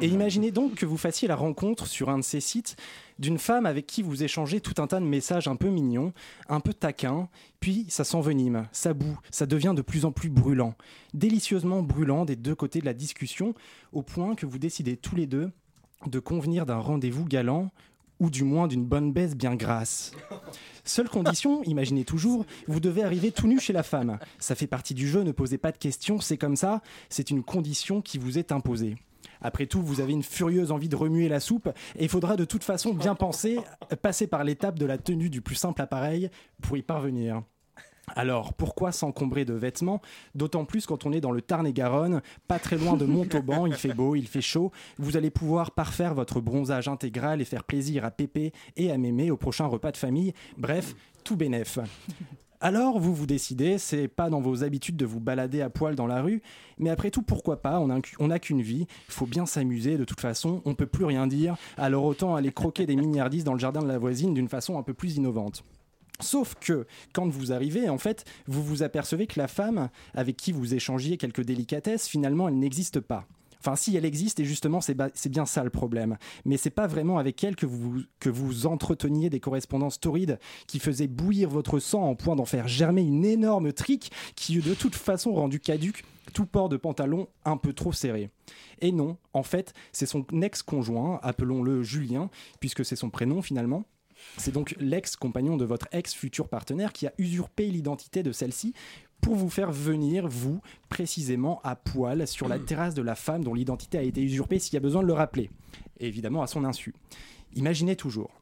Et imaginez donc que vous fassiez la rencontre sur un de ces sites d'une femme avec qui vous échangez tout un tas de messages un peu mignons, un peu taquins, puis ça s'envenime, ça boue, ça devient de plus en plus brûlant, délicieusement brûlant des deux côtés de la discussion, au point que vous décidez tous les deux de convenir d'un rendez-vous galant ou du moins d'une bonne baisse bien grasse. Seule condition, imaginez toujours, vous devez arriver tout nu chez la femme. Ça fait partie du jeu, ne posez pas de questions, c'est comme ça, c'est une condition qui vous est imposée. Après tout, vous avez une furieuse envie de remuer la soupe et il faudra de toute façon bien penser, passer par l'étape de la tenue du plus simple appareil pour y parvenir. Alors, pourquoi s'encombrer de vêtements D'autant plus quand on est dans le Tarn-et-Garonne, pas très loin de Montauban, il fait beau, il fait chaud. Vous allez pouvoir parfaire votre bronzage intégral et faire plaisir à Pépé et à Mémé au prochain repas de famille. Bref, tout bénef. Alors, vous vous décidez, c'est pas dans vos habitudes de vous balader à poil dans la rue, mais après tout, pourquoi pas, on a un- on n'a qu'une vie, faut bien s'amuser, de toute façon, on peut plus rien dire, alors autant aller croquer des milliardistes dans le jardin de la voisine d'une façon un peu plus innovante. Sauf que quand vous arrivez, en fait, vous vous apercevez que la femme avec qui vous échangiez quelques délicatesses, finalement, elle n'existe pas. Enfin, si elle existe, et justement, c'est ba- c'est bien ça le problème. Mais c'est pas vraiment avec elle que vous, que vous entreteniez des correspondances torrides qui faisaient bouillir votre sang en point d'en faire germer une énorme trique qui, de toute façon, rendu caduque tout port de pantalon un peu trop serré. Et non, en fait, c'est son ex-conjoint, appelons-le Julien, puisque c'est son prénom finalement, c'est donc l'ex-compagnon de votre ex-futur partenaire qui a usurpé l'identité de celle-ci pour vous faire venir, vous, précisément à poil sur la terrasse de la femme dont l'identité a été usurpée s'il y a besoin de le rappeler. Et évidemment à son insu. Imaginez toujours.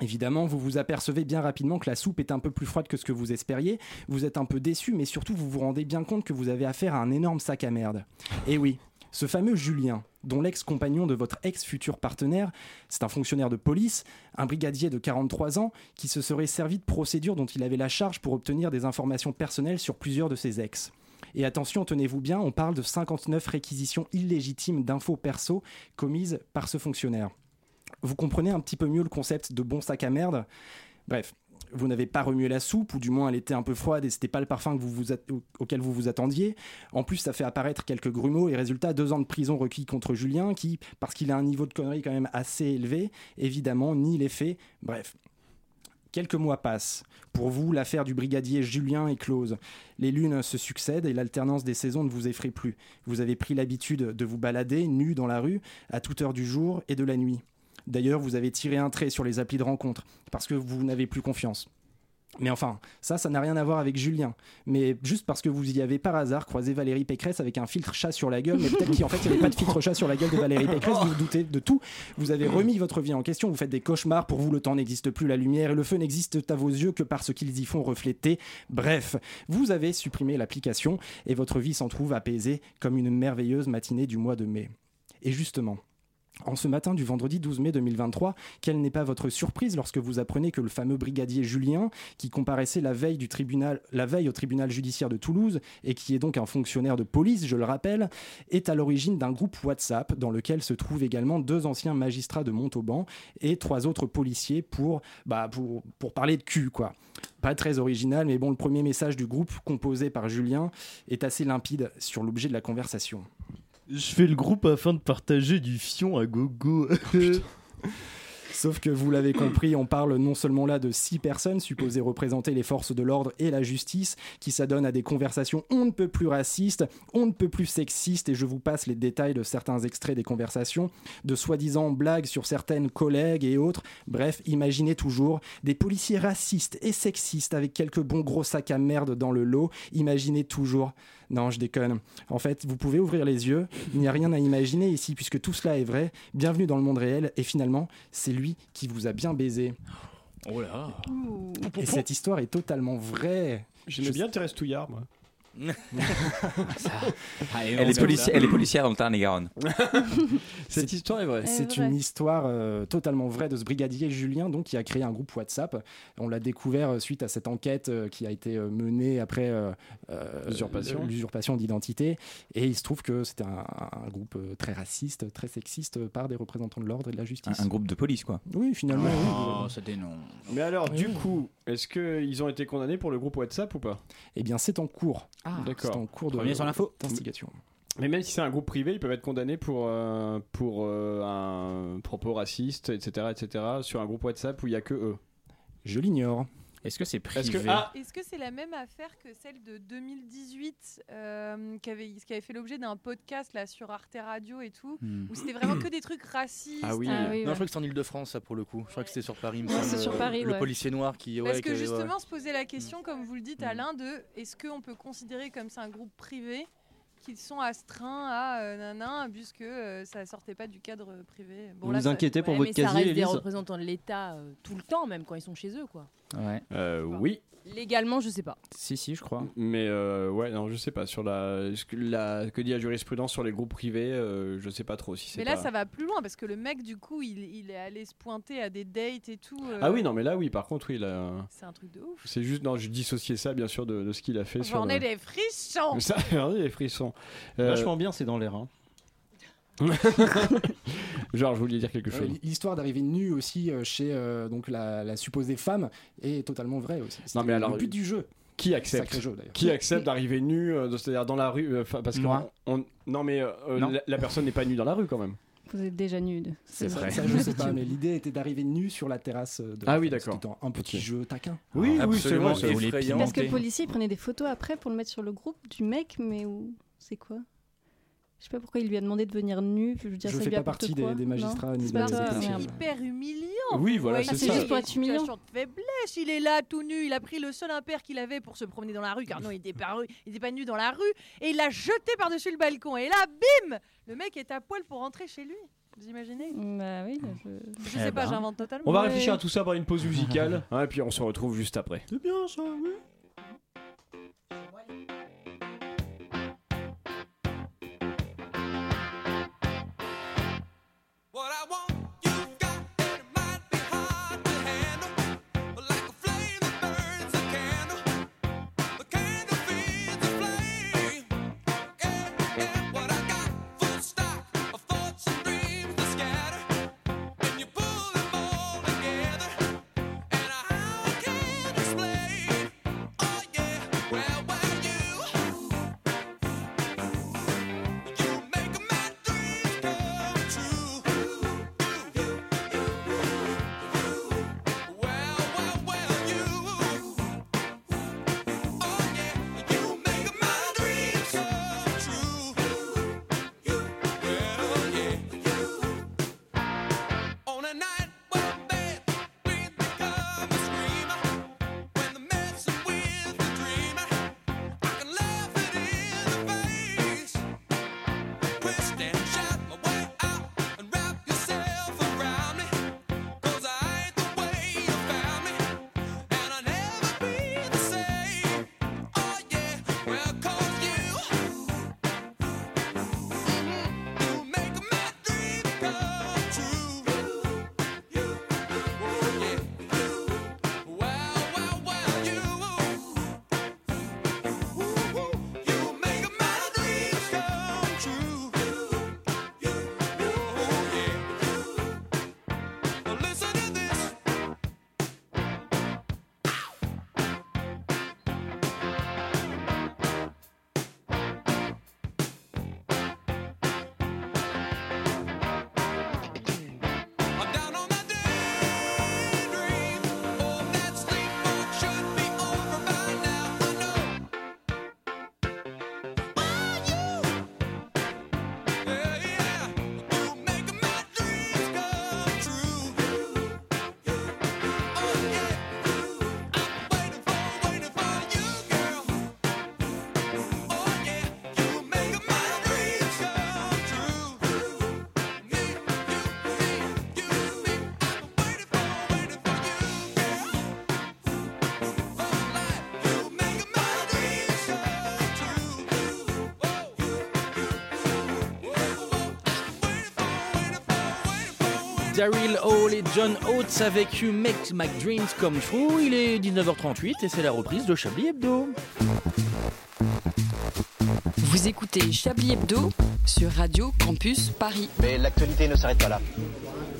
Évidemment, vous vous apercevez bien rapidement que la soupe est un peu plus froide que ce que vous espériez, vous êtes un peu déçu, mais surtout vous vous rendez bien compte que vous avez affaire à un énorme sac à merde. Et oui, ce fameux Julien, dont l'ex-compagnon de votre ex-futur partenaire, c'est un fonctionnaire de police, un brigadier de 43 ans, qui se serait servi de procédures dont il avait la charge pour obtenir des informations personnelles sur plusieurs de ses ex. Et attention, tenez-vous bien, on parle de 59 réquisitions illégitimes d'infos perso commises par ce fonctionnaire vous comprenez un petit peu mieux le concept de bon sac à merde. Bref, vous n'avez pas remué la soupe, ou du moins elle était un peu froide et c'était pas le parfum que vous vous at- au- auquel vous vous attendiez. En plus, ça fait apparaître quelques grumeaux et résultat, deux ans de prison requis contre Julien, qui, parce qu'il a un niveau de connerie quand même assez élevé, évidemment, nie les faits. Bref. Quelques mois passent. Pour vous, l'affaire du brigadier Julien est close. Les lunes se succèdent et l'alternance des saisons ne vous effraie plus. Vous avez pris l'habitude de vous balader nu dans la rue à toute heure du jour et de la nuit. D'ailleurs, vous avez tiré un trait sur les applis de rencontre parce que vous n'avez plus confiance. Mais enfin, ça, ça n'a rien à voir avec Julien. Mais juste parce que vous y avez par hasard croisé Valérie Pécresse avec un filtre chat sur la gueule, mais peut-être qu'en fait, il n'y avait pas de filtre chat sur la gueule de Valérie Pécresse, vous vous doutez de tout. Vous avez remis votre vie en question, vous faites des cauchemars, pour vous le temps n'existe plus, la lumière et le feu n'existent à vos yeux que par ce qu'ils y font refléter. Bref, vous avez supprimé l'application et votre vie s'en trouve apaisée comme une merveilleuse matinée du mois de mai. Et justement, en ce matin du vendredi 12 mai 2023, quelle n'est pas votre surprise lorsque vous apprenez que le fameux brigadier Julien, qui comparaissait la veille, du tribunal, la veille au tribunal judiciaire de Toulouse, et qui est donc un fonctionnaire de police, je le rappelle, est à l'origine d'un groupe WhatsApp dans lequel se trouvent également deux anciens magistrats de Montauban et trois autres policiers pour, bah, pour, pour parler de cul, quoi. Pas très original, mais bon, le premier message du groupe, composé par Julien, est assez limpide sur l'objet de la conversation. Je fais le groupe afin de partager du fion à gogo. Oh, Sauf que vous l'avez compris, on parle non seulement là de six personnes supposées représenter les forces de l'ordre et la justice, qui s'adonnent à des conversations on ne peut plus racistes, on ne peut plus sexistes, et je vous passe les détails de certains extraits des conversations, de soi-disant blagues sur certaines collègues et autres. Bref, imaginez toujours des policiers racistes et sexistes avec quelques bons gros sacs à merde dans le lot. Imaginez toujours. Non, je déconne. En fait, vous pouvez ouvrir les yeux. Il n'y a rien à imaginer ici puisque tout cela est vrai. Bienvenue dans le monde réel. Et finalement, c'est lui qui vous a bien baisé. Oh là Et cette histoire est totalement vraie. J'aimais bien Thérèse Touillard, moi. Elle est, polici- elle est policière dans le Tarn-et-Garonne. Cette histoire est vraie. C'est vraie. une histoire euh, totalement vraie de ce brigadier Julien, donc qui a créé un groupe WhatsApp. On l'a découvert euh, suite à cette enquête euh, qui a été euh, menée après euh, euh, L'usurpation. l'usurpation d'identité. Et il se trouve que c'était un, un groupe euh, très raciste, très sexiste euh, par des représentants de l'ordre et de la justice. Un, un groupe de police, quoi. Ah. Oui, finalement. oui. Oh, ça dénonce. Ah, Mais alors, du coup, est-ce qu'ils ont été condamnés pour le groupe WhatsApp ou pas Eh bien, c'est en cours. D'accord. C'est en cours de- Premier sur l'info. d'investigation. Mais même si c'est un groupe privé, ils peuvent être condamnés pour, euh, pour euh, un propos raciste, etc., etc., sur un groupe WhatsApp où il n'y a que eux. Je l'ignore. Est-ce que c'est Est-ce que, ah, Est-ce que c'est la même affaire que celle de 2018 euh, qui, avait, qui avait fait l'objet d'un podcast là sur Arte Radio et tout Hmm. où c'était vraiment que des trucs racistes Ah euh, non, je crois que c'est en Ile-de-France, ça pour le coup. Je crois que c'était sur Paris. il me Ah Ouais, semble, c'est sur le- Paris, Le ouais. policier noir qui. ouais, Parce qui que avait- ouais. Mm. justement, se poser la question, comme vous le dites, Alain, de est-ce qu'on peut considérer comme c'est un groupe privé qu'ils sont astreints à euh, nanan, puisque euh, ça sortait pas du cadre euh, privé Bon, Vous là, vous ça- inquiétez pour ouais, votre mais ça casier, reste des Élise représentants. Représentant de l'État euh, tout le temps, même quand ils sont chez eux, quoi. Ouais. Euh, oui. Légalement, je sais pas. Si, si, je crois. Mais euh, ouais, non, je sais pas. Sur la, ce que- la, que dit la jurisprudence sur les groupes privés, euh, je sais pas trop si c'est. Mais là, pas- ça va plus loin, parce que le mec, du coup, il, il est allé se pointer à des dates et tout. euh, Ah oui, non, mais là, oui, par contre, oui, là. C'est un truc de ouf. C'est juste, non, je dissociais ça, bien sûr, de, de ce qu'il a fait. sur J'en le- ai des hein. frissons Ça, regardez les frissons. Euh, Vachement bien, c'est dans l'air. hein. Genre, je voulais dire quelque Euh, chose. L'histoire d'arriver nue aussi euh, chez euh, donc la, la supposée femme est totalement vraie aussi. Non, C'était mais alors, le but du jeu. Qui accepte Sacré jeu, d'ailleurs. Qui accepte d'arriver nu, euh, de- c'est-à-dire dans la rue euh, enfin, Parce que Moi. on- on- non, mais euh, euh, Non. La, la personne n'est pas nue dans la rue quand même. Vous êtes déjà nude. C'est vrai. Ça, je sais pas, mais l'idée était d'arriver nue sur la terrasse euh, de Ah la oui, femme, d'accord. c'était Un petit jeu taquin. Oui, Ah, oui, c'est vrai. absolument, ça. vous voulez Effrayant. Parce que le policier il prenait des photos après pour le mettre sur le groupe du mec, mais où c'est quoi Je sais pas pourquoi il lui a demandé de venir nu. Je veux dire, Je ça fais lui pas apporte partie des- quoi des Non magistrats C'est ni des pas magistrats. toi, C'est merde. hyper humiliant. Oui, voilà, Ouais, c'est c'est ça. juste pour être humiliant. humiliant. de faiblesse. Il est là tout nu. Il a pris le seul impair qu'il avait pour se promener dans la rue, car non, il était pas, il était pas nu dans la rue. Et il l'a jeté par-dessus le balcon. Et là, bim Le mec est à poil pour rentrer chez lui. Vous imaginez Bah oui, je... Eh Je sais ben. pas, j'invente totalement. Eh ben. On va réfléchir à tout ça pendant une pause musicale, hein, et puis on se retrouve juste après. C'est bien ça, oui. Explain Daryl Hall et John Oates avec You Make My Dreams Come True. Il est 19h38 et c'est la reprise de Chablis Hebdo. Vous écoutez Chablis Hebdo sur Radio Campus Paris. Mais l'actualité ne s'arrête pas là.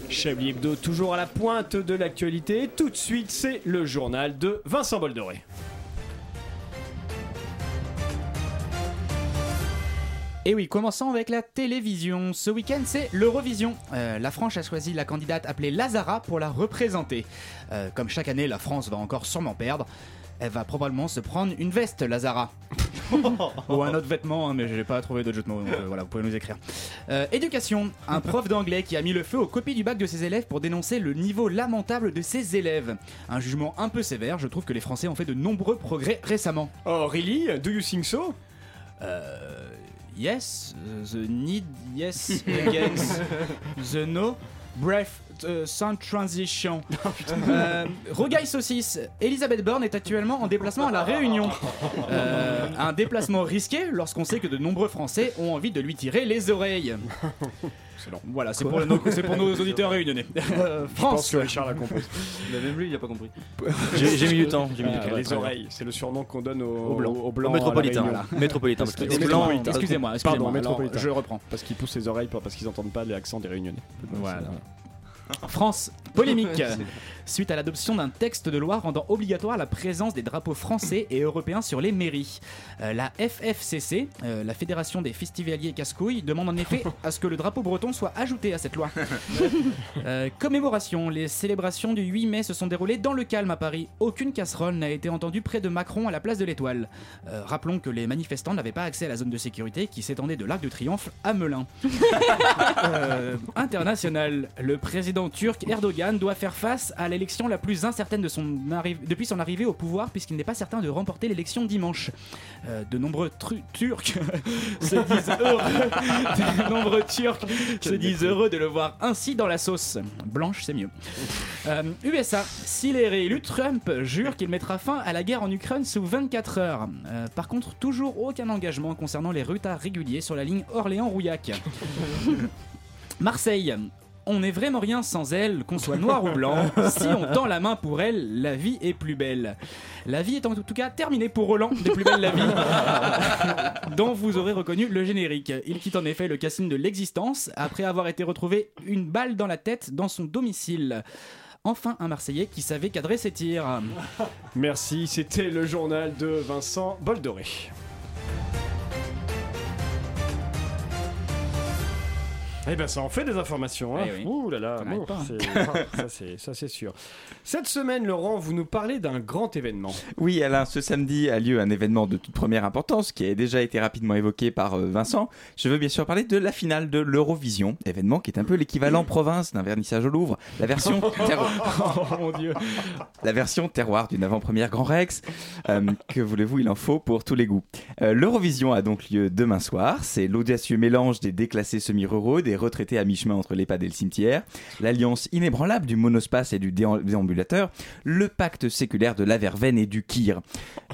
Chablis Hebdo, toujours à la pointe de l'actualité. Tout de suite, c'est le journal de Vincent Boldoré. Et oui, commençons avec la télévision. Ce week-end, c'est l'Eurovision. Euh, la France a choisi la candidate appelée Lazara pour la représenter. Euh, comme chaque année, la France va encore sûrement perdre. Elle va probablement se prendre une veste, Lazara. Ou un autre vêtement, hein, mais je n'ai pas trouvé d'autres jeux de mots, donc euh, voilà, vous pouvez nous écrire. Euh, éducation, un prof d'anglais qui a mis le feu aux copies du bac de ses élèves pour dénoncer le niveau lamentable de ses élèves. Un jugement un peu sévère, je trouve que les Français ont fait de nombreux progrès récemment. Oh, really Do you think so Euh... Yes, uh, the need, yes, against the no, bref, euh, sans transition. Oh, Euh, Rogaille Saucisse, Elisabeth Borne est actuellement en déplacement à La Réunion. Euh, un déplacement risqué lorsqu'on sait que de nombreux Français ont envie de lui tirer les oreilles. Voilà, c'est Quoi pour, nos, c'est pour nos auditeurs réunionnais. Euh, Je France. pense que Richard l'a compris. Même lui, il a pas compris. J'ai- j'ai mis du temps, j'ai mis du temps. Ah, bah, les oreilles, c'est le surnom qu'on donne aux, Aux Blancs. aux Blancs Aux Métropolitains, à la voilà. Réunion. Métropolitains, Parce parce que que les Blancs- Métropolitains- excusez-moi, Pardon, excusez-moi, métropolitains. alors, je reprends. Parce qu'ils poussent les oreilles pas parce qu'ils entendent pas l'accent des Réunionnais. Voilà. France, polémique. Suite à l'adoption d'un texte de loi rendant obligatoire la présence des drapeaux français et européens sur les mairies. Euh, la FFCC, euh, la Fédération des Festivaliers Casse-Couilles, demande en effet à ce que le drapeau breton soit ajouté à cette loi. Euh, commémoration, les célébrations du 8 mai se sont déroulées dans le calme à Paris. Aucune casserole n'a été entendue près de Macron à la place de l'Étoile. Euh, rappelons que les manifestants n'avaient pas accès à la zone de sécurité qui s'étendait de l'Arc de Triomphe à Melun. Euh, international, le président turc Erdogan doit faire face à l'élection la plus incertaine de son arri- depuis son arrivée au pouvoir puisqu'il n'est pas certain de remporter l'élection dimanche. Euh, de nombreux tru- Turcs se disent heureux, de nombreux Turcs se disent heureux de le voir ainsi dans la sauce. Blanche, c'est mieux. Euh, USA, s'il est réélu, Trump jure qu'il mettra fin à la guerre en Ukraine sous 24 heures. Euh, par contre, toujours aucun engagement concernant les retards réguliers sur la ligne Orléans-Rouillac. Marseille. On n'est vraiment rien sans elle, qu'on soit noir ou blanc. Si on tend la main pour elle, la vie est plus belle. La vie est en tout cas terminée pour Roland, de plus belle la vie, dont vous aurez reconnu le générique. Il quitte en effet le casting de l'existence après avoir été retrouvé une balle dans la tête dans son domicile. Enfin un Marseillais qui savait cadrer ses tirs. Merci, c'était le journal de Vincent Boldoré. Eh ben ça en fait des informations. Hein. Eh oui. Ouh là là, Ça n'arrête bon, pas. c'est- ça, c'est- ça c'est sûr. Cette semaine, Laurent, vous nous parlez d'un grand événement. Oui, Alain, ce samedi a lieu un événement de toute première importance qui a déjà été rapidement évoqué par euh, Vincent. Je veux bien sûr parler de la finale de l'Eurovision, événement qui est un peu l'équivalent province d'un vernissage au Louvre, la version terroir. Oh, La version terroir d'une avant-première Grand Rex. Euh, que voulez-vous, il en faut pour tous les goûts. Euh, L'Eurovision a donc lieu demain soir. C'est l'audacieux mélange des déclassés semi-ruraux, des retraités à mi-chemin entre l'EHPAD et le cimetière, l'alliance inébranlable du monospace et du déam- déambulateur, le pacte séculaire de la verveine et du kir.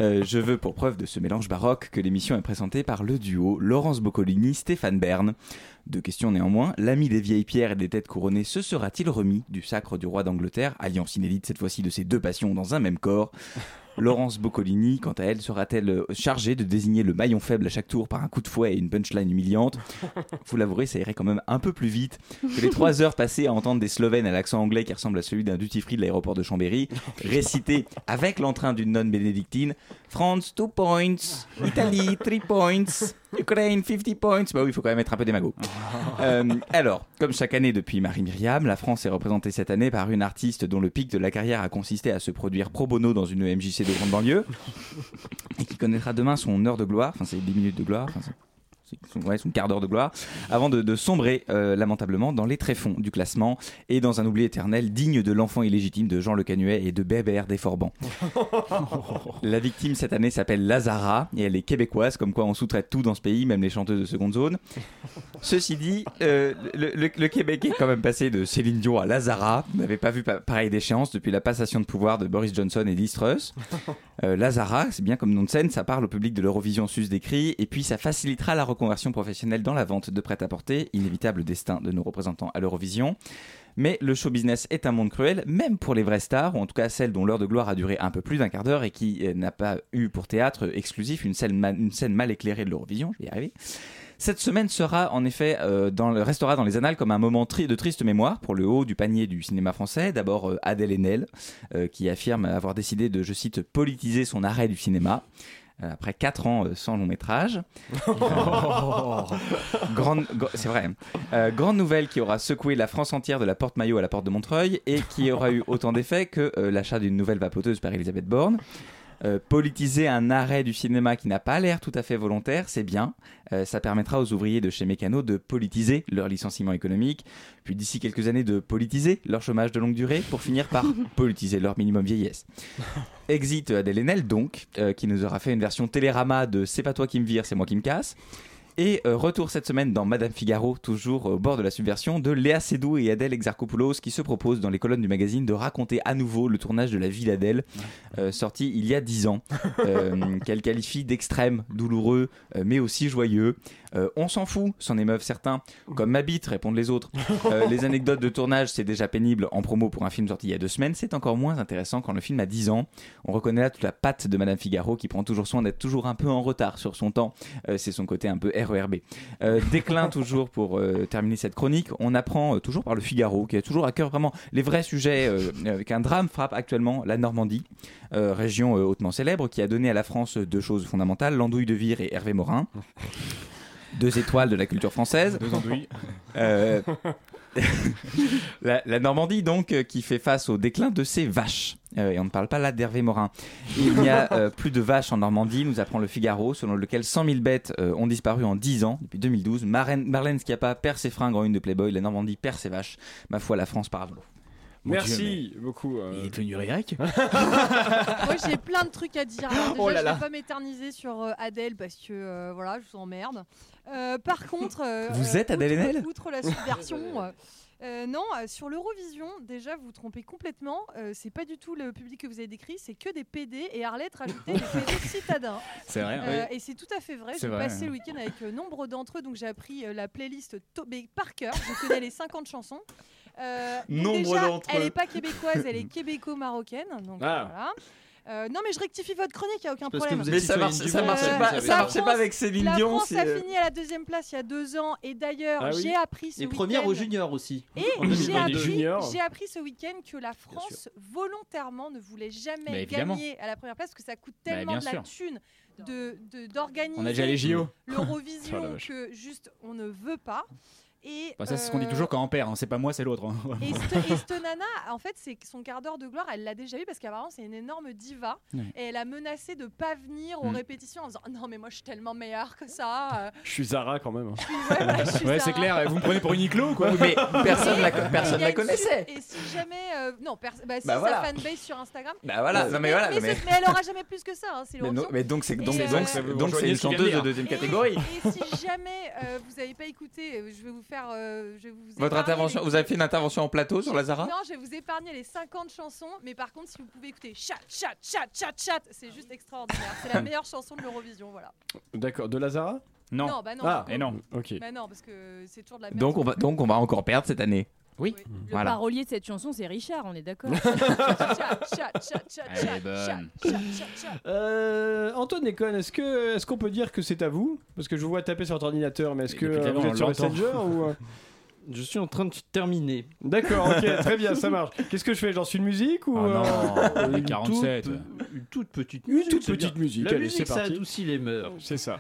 Euh, je veux pour preuve de ce mélange baroque que l'émission est présentée par le duo Laurence Boccolini-Stéphane Bern. Deux questions néanmoins. L'ami des vieilles pierres et des têtes couronnées se sera-t-il remis du sacre du roi d'Angleterre, alliance inédite cette fois-ci de ces deux passions dans un même corps Laurence Boccolini, quant à elle, sera-t-elle chargée de désigner le maillon faible à chaque tour par un coup de fouet et une punchline humiliante Vous l'avouerez, ça irait quand même un peu plus vite que les trois heures passées à entendre des Slovènes à l'accent anglais qui ressemble à celui d'un duty-free de l'aéroport de Chambéry réciter avec l'entrain d'une nonne bénédictine France 2 points, Italie 3 points, Ukraine 50 points. Bah oui, il faut quand même être un peu démago. Euh, alors, comme chaque année depuis Marie Myriam, la France est représentée cette année par une artiste dont le pic de la carrière a consisté à se produire pro bono dans une E MJC de grande banlieue et qui connaîtra demain son heure de gloire, enfin c'est 10 minutes de gloire, enfin, c'est- c'est- son, ouais, son quart d'heure de gloire, avant de, de sombrer euh, lamentablement dans les tréfonds du classement et dans un oubli éternel digne de l'enfant illégitime de Jean Le Canuet et de Bébert Desforbans. La victime cette année s'appelle Lazara et elle est québécoise, comme quoi on sous-traite tout dans ce pays, même les chanteuses de seconde zone. Ceci dit, euh, le, le- le Québec est quand même passé de Céline Dion à Lazara. On n'avait pas vu pa- pareille déchéance depuis la passation de pouvoir de Boris Johnson et Liz Truss. Euh, Lazara, c'est bien comme nom de scène, ça parle au public de l'Eurovision sus décrit et puis ça facilitera la reconversion professionnelle dans la vente de prêt-à-porter, inévitable destin de nos représentants à l'Eurovision. Mais le show business est un monde cruel, même pour les vraies stars, ou en tout cas celles dont l'heure de gloire a duré un peu plus d'un quart d'heure et qui euh, n'a pas eu pour théâtre exclusif une scène, ma- une scène mal éclairée de l'Eurovision, je vais y arriver. Cette semaine sera en effet euh, dans le, restera dans les annales comme un moment tri- de triste mémoire pour le haut du panier du cinéma français. D'abord euh, Adèle Haenel, euh, qui affirme avoir décidé de, je cite, politiser son arrêt du cinéma. euh, Après 4 ans euh, sans long métrage. Grande, gr- c'est vrai. Euh, grande nouvelle qui aura secoué la France entière de la porte maillot à la porte de Montreuil et qui aura eu autant d'effet que euh, l'achat d'une nouvelle vapoteuse par Elisabeth Borne. Euh, politiser un arrêt du cinéma qui n'a pas l'air tout à fait volontaire, c'est bien. Euh, ça permettra aux ouvriers de chez Mécano de politiser leur licenciement économique, puis d'ici quelques années de politiser leur chômage de longue durée pour finir par politiser leur minimum vieillesse. Exit Adèle Haenel donc, euh, qui nous aura fait une version télérama de C'est pas toi qui me vire, c'est moi qui me casse. Et euh, retour cette semaine dans Madame Figaro, toujours au bord de la subversion, de Léa Seydoux et Adèle Exarchopoulos qui se proposent dans les colonnes du magazine de raconter à nouveau le tournage de La vie d'Adèle, euh, sorti il y a dix ans, euh, qu'elle qualifie d'extrême, douloureux, euh, mais aussi joyeux. Euh, on s'en fout, s'en émeuvent certains. Comme ma bite, répondent les autres. Euh, les anecdotes de tournage, c'est déjà pénible en promo pour un film sorti il y a deux semaines. C'est encore moins intéressant quand le film a 10 ans. On reconnaît là toute la patte de Madame Figaro qui prend toujours soin d'être toujours un peu en retard sur son temps. Euh, c'est son côté un peu RERB. Euh, déclin toujours pour euh, terminer cette chronique. On apprend euh, toujours par le Figaro qui a toujours à cœur vraiment les vrais sujets euh, euh, qu'un drame frappe actuellement la Normandie, euh, région euh, hautement célèbre qui a donné à la France euh, deux choses fondamentales l'andouille de Vire et Hervé Morin. Deux étoiles de la culture française. Deux andouilles. Euh, la, la Normandie, donc, euh, qui fait face au déclin de ses vaches. Euh, et on ne parle pas là d'Hervé Morin. Il n'y a euh, plus de vaches en Normandie, nous apprend le Figaro, selon lequel 100 000 bêtes euh, ont disparu en 10 ans, depuis 2012. Marraine- Marlène Schiappa perd ses fringues en une de Playboy, la Normandie perd ses vaches. Ma foi, la France par Mon Merci beaucoup. euh. Il est devenu réac Moi, j'ai plein de trucs à dire. Alors, déjà, Oh là je là. vais pas m'éterniser sur euh, Adèle parce que euh, voilà, je vous emmerde. Euh, par contre, euh, Vous euh, êtes Adèle outre- Haenel Outre la subversion. euh, euh, non, euh, sur l'Eurovision, déjà vous trompez complètement. Euh, c'est pas du tout le public que vous avez décrit, c'est que des PD et Arlette rajoutait des PD citadins. C'est vrai, Euh, oui. Et c'est tout à fait vrai. C'est J'ai vrai, passé hein. le week-end avec euh, nombre d'entre eux, donc j'ai appris euh, la playlist to- mais par cœur. Je connais les 50 chansons. Euh, donc Nombre déjà, d'entre Elle eux. n'est pas québécoise, elle est québéco-marocaine. Donc Ah. voilà. Euh, non mais je rectifie votre chronique, il n'y a aucun parce que problème. vous êtes Mais ça citoyenne marche- du ça monde, euh, marchait vous pas- savez. ça La marchait pas France- avec Céline la Dion, France c'est, a euh, fini à la deuxième place il y a deux ans et d'ailleurs Ah oui. j'ai appris ce Et première week-end- aux juniors aussi. Et En j'ai 2022. appris, j'ai appris ce week-end que la France volontairement ne voulait Bah, jamais évidemment. gagner à la première place parce que ça coûte Bah, tellement bien de la sûr. thune de- de- d'organiser On a déjà les JO. l'Eurovision Oh la vache. que juste on ne veut pas. Et Bah, ça, c'est ce euh, qu'on dit toujours quand on perd. hein. C'est pas moi, c'est l'autre. hein. et cette, et cette nana, en fait, c'est que son quart d'heure de gloire, elle l'a déjà eu parce qu'apparemment, c'est une énorme diva. Ouais. Et elle a menacé de pas venir aux Mm. répétitions en disant Non, mais moi, je suis tellement meilleure que ça. euh. Je suis Zara quand même. hein. bah, Ouais, c'est clair. Vous me prenez pour une Uniqlo, quoi. Mais personne la- Et il personne y a la connaissait. une- Et si jamais. euh, non, pers- bah, si, Bah, voilà. sa fanbase sur Instagram. Bah voilà, non, mais voilà, Mais, non, mais- c'est- mais elle aura jamais plus que ça. hein, c'est Mais, non- l'Eurovision. mais donc, c'est Et, donc, euh, donc, donc, Vous c'est rejoignez une ce qui vient chanteuse de de dire. deuxième catégorie. Et si jamais euh, vous n'avez pas écouté, euh, je vais vous faire. euh, je vais vous Votre épargner intervention, les- vous avez fait une intervention en plateau sur la Zara Non, je vais vous épargner les 50 chansons, mais par contre, si vous pouvez écouter chat, chat, chat, chat, chat, c'est juste extraordinaire. C'est la meilleure chanson de l'Eurovision, voilà. D'accord, de la Zara Non, bah non. Ah, et non. Ok. Bah non, parce que c'est toujours de Ah, la merde. Donc on va donc on va encore perdre cette année. Oui. Le Voilà. parolier de cette chanson, c'est Richard, on est d'accord. Chat, chat, chat, chat, Elle est chat, bonne. chat, chat, chat. Euh, Antoine Déconne, est-ce que est-ce qu'on peut dire que c'est à vous Parce que je vous vois taper sur votre ordinateur, mais est-ce que Depuis tout à euh, vous l'heure, êtes on sur l'entend. Messenger ou euh, Je suis en train de terminer. D'accord, ok, très bien, ça marche. Qu'est-ce que je fais J'en suis une musique ou Oh non, euh, on est une 47. toute- Une toute petite Une musique. toute c'est petite bien. musique, La allez, musique, c'est ça parti. adoucit les mœurs. C'est ça.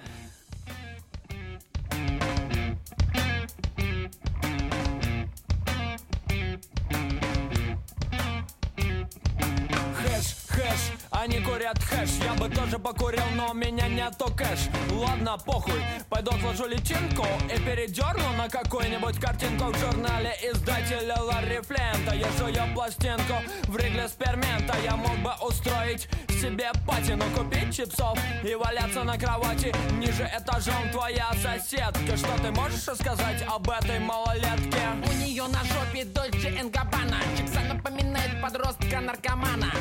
Хэш, хэш, они курят хэш Я бы тоже покурил, но у меня нету кэш Ладно, похуй, пойду отложу личинку И передерну на какую-нибудь картинку В журнале издателя Ларри Флента Я жую пластинку в регле с пергмента. Я мог бы устроить себе пати Но купить чипсов и валяться на кровати Ниже этажом твоя соседка Что ты можешь рассказать об этой малолетке? У нее на жопе Дольче Энгабана Чикса напоминает подростка наркомана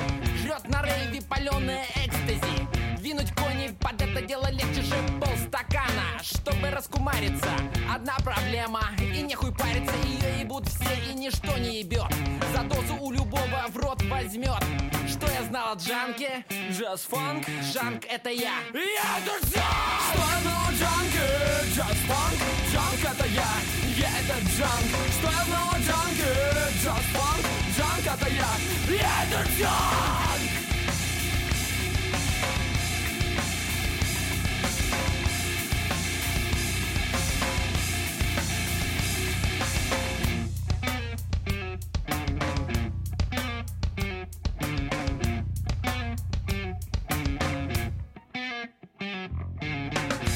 Жрет на рейве паленые экстази Вин Кинуть кони под это дело легче же полстакана Чтобы раскумариться, одна проблема И нехуй париться, ее ебут все и ничто не ебет За дозу у любого в рот возьмет Что я знал о джанке? Джаз-фанк? Джанк это я Я это все! Что я знал о джанке? Джаз-фанк? Джанк это я Я это джанк Что я знал о джанке? Джаз-фанк? Джанк это я Я это джанк!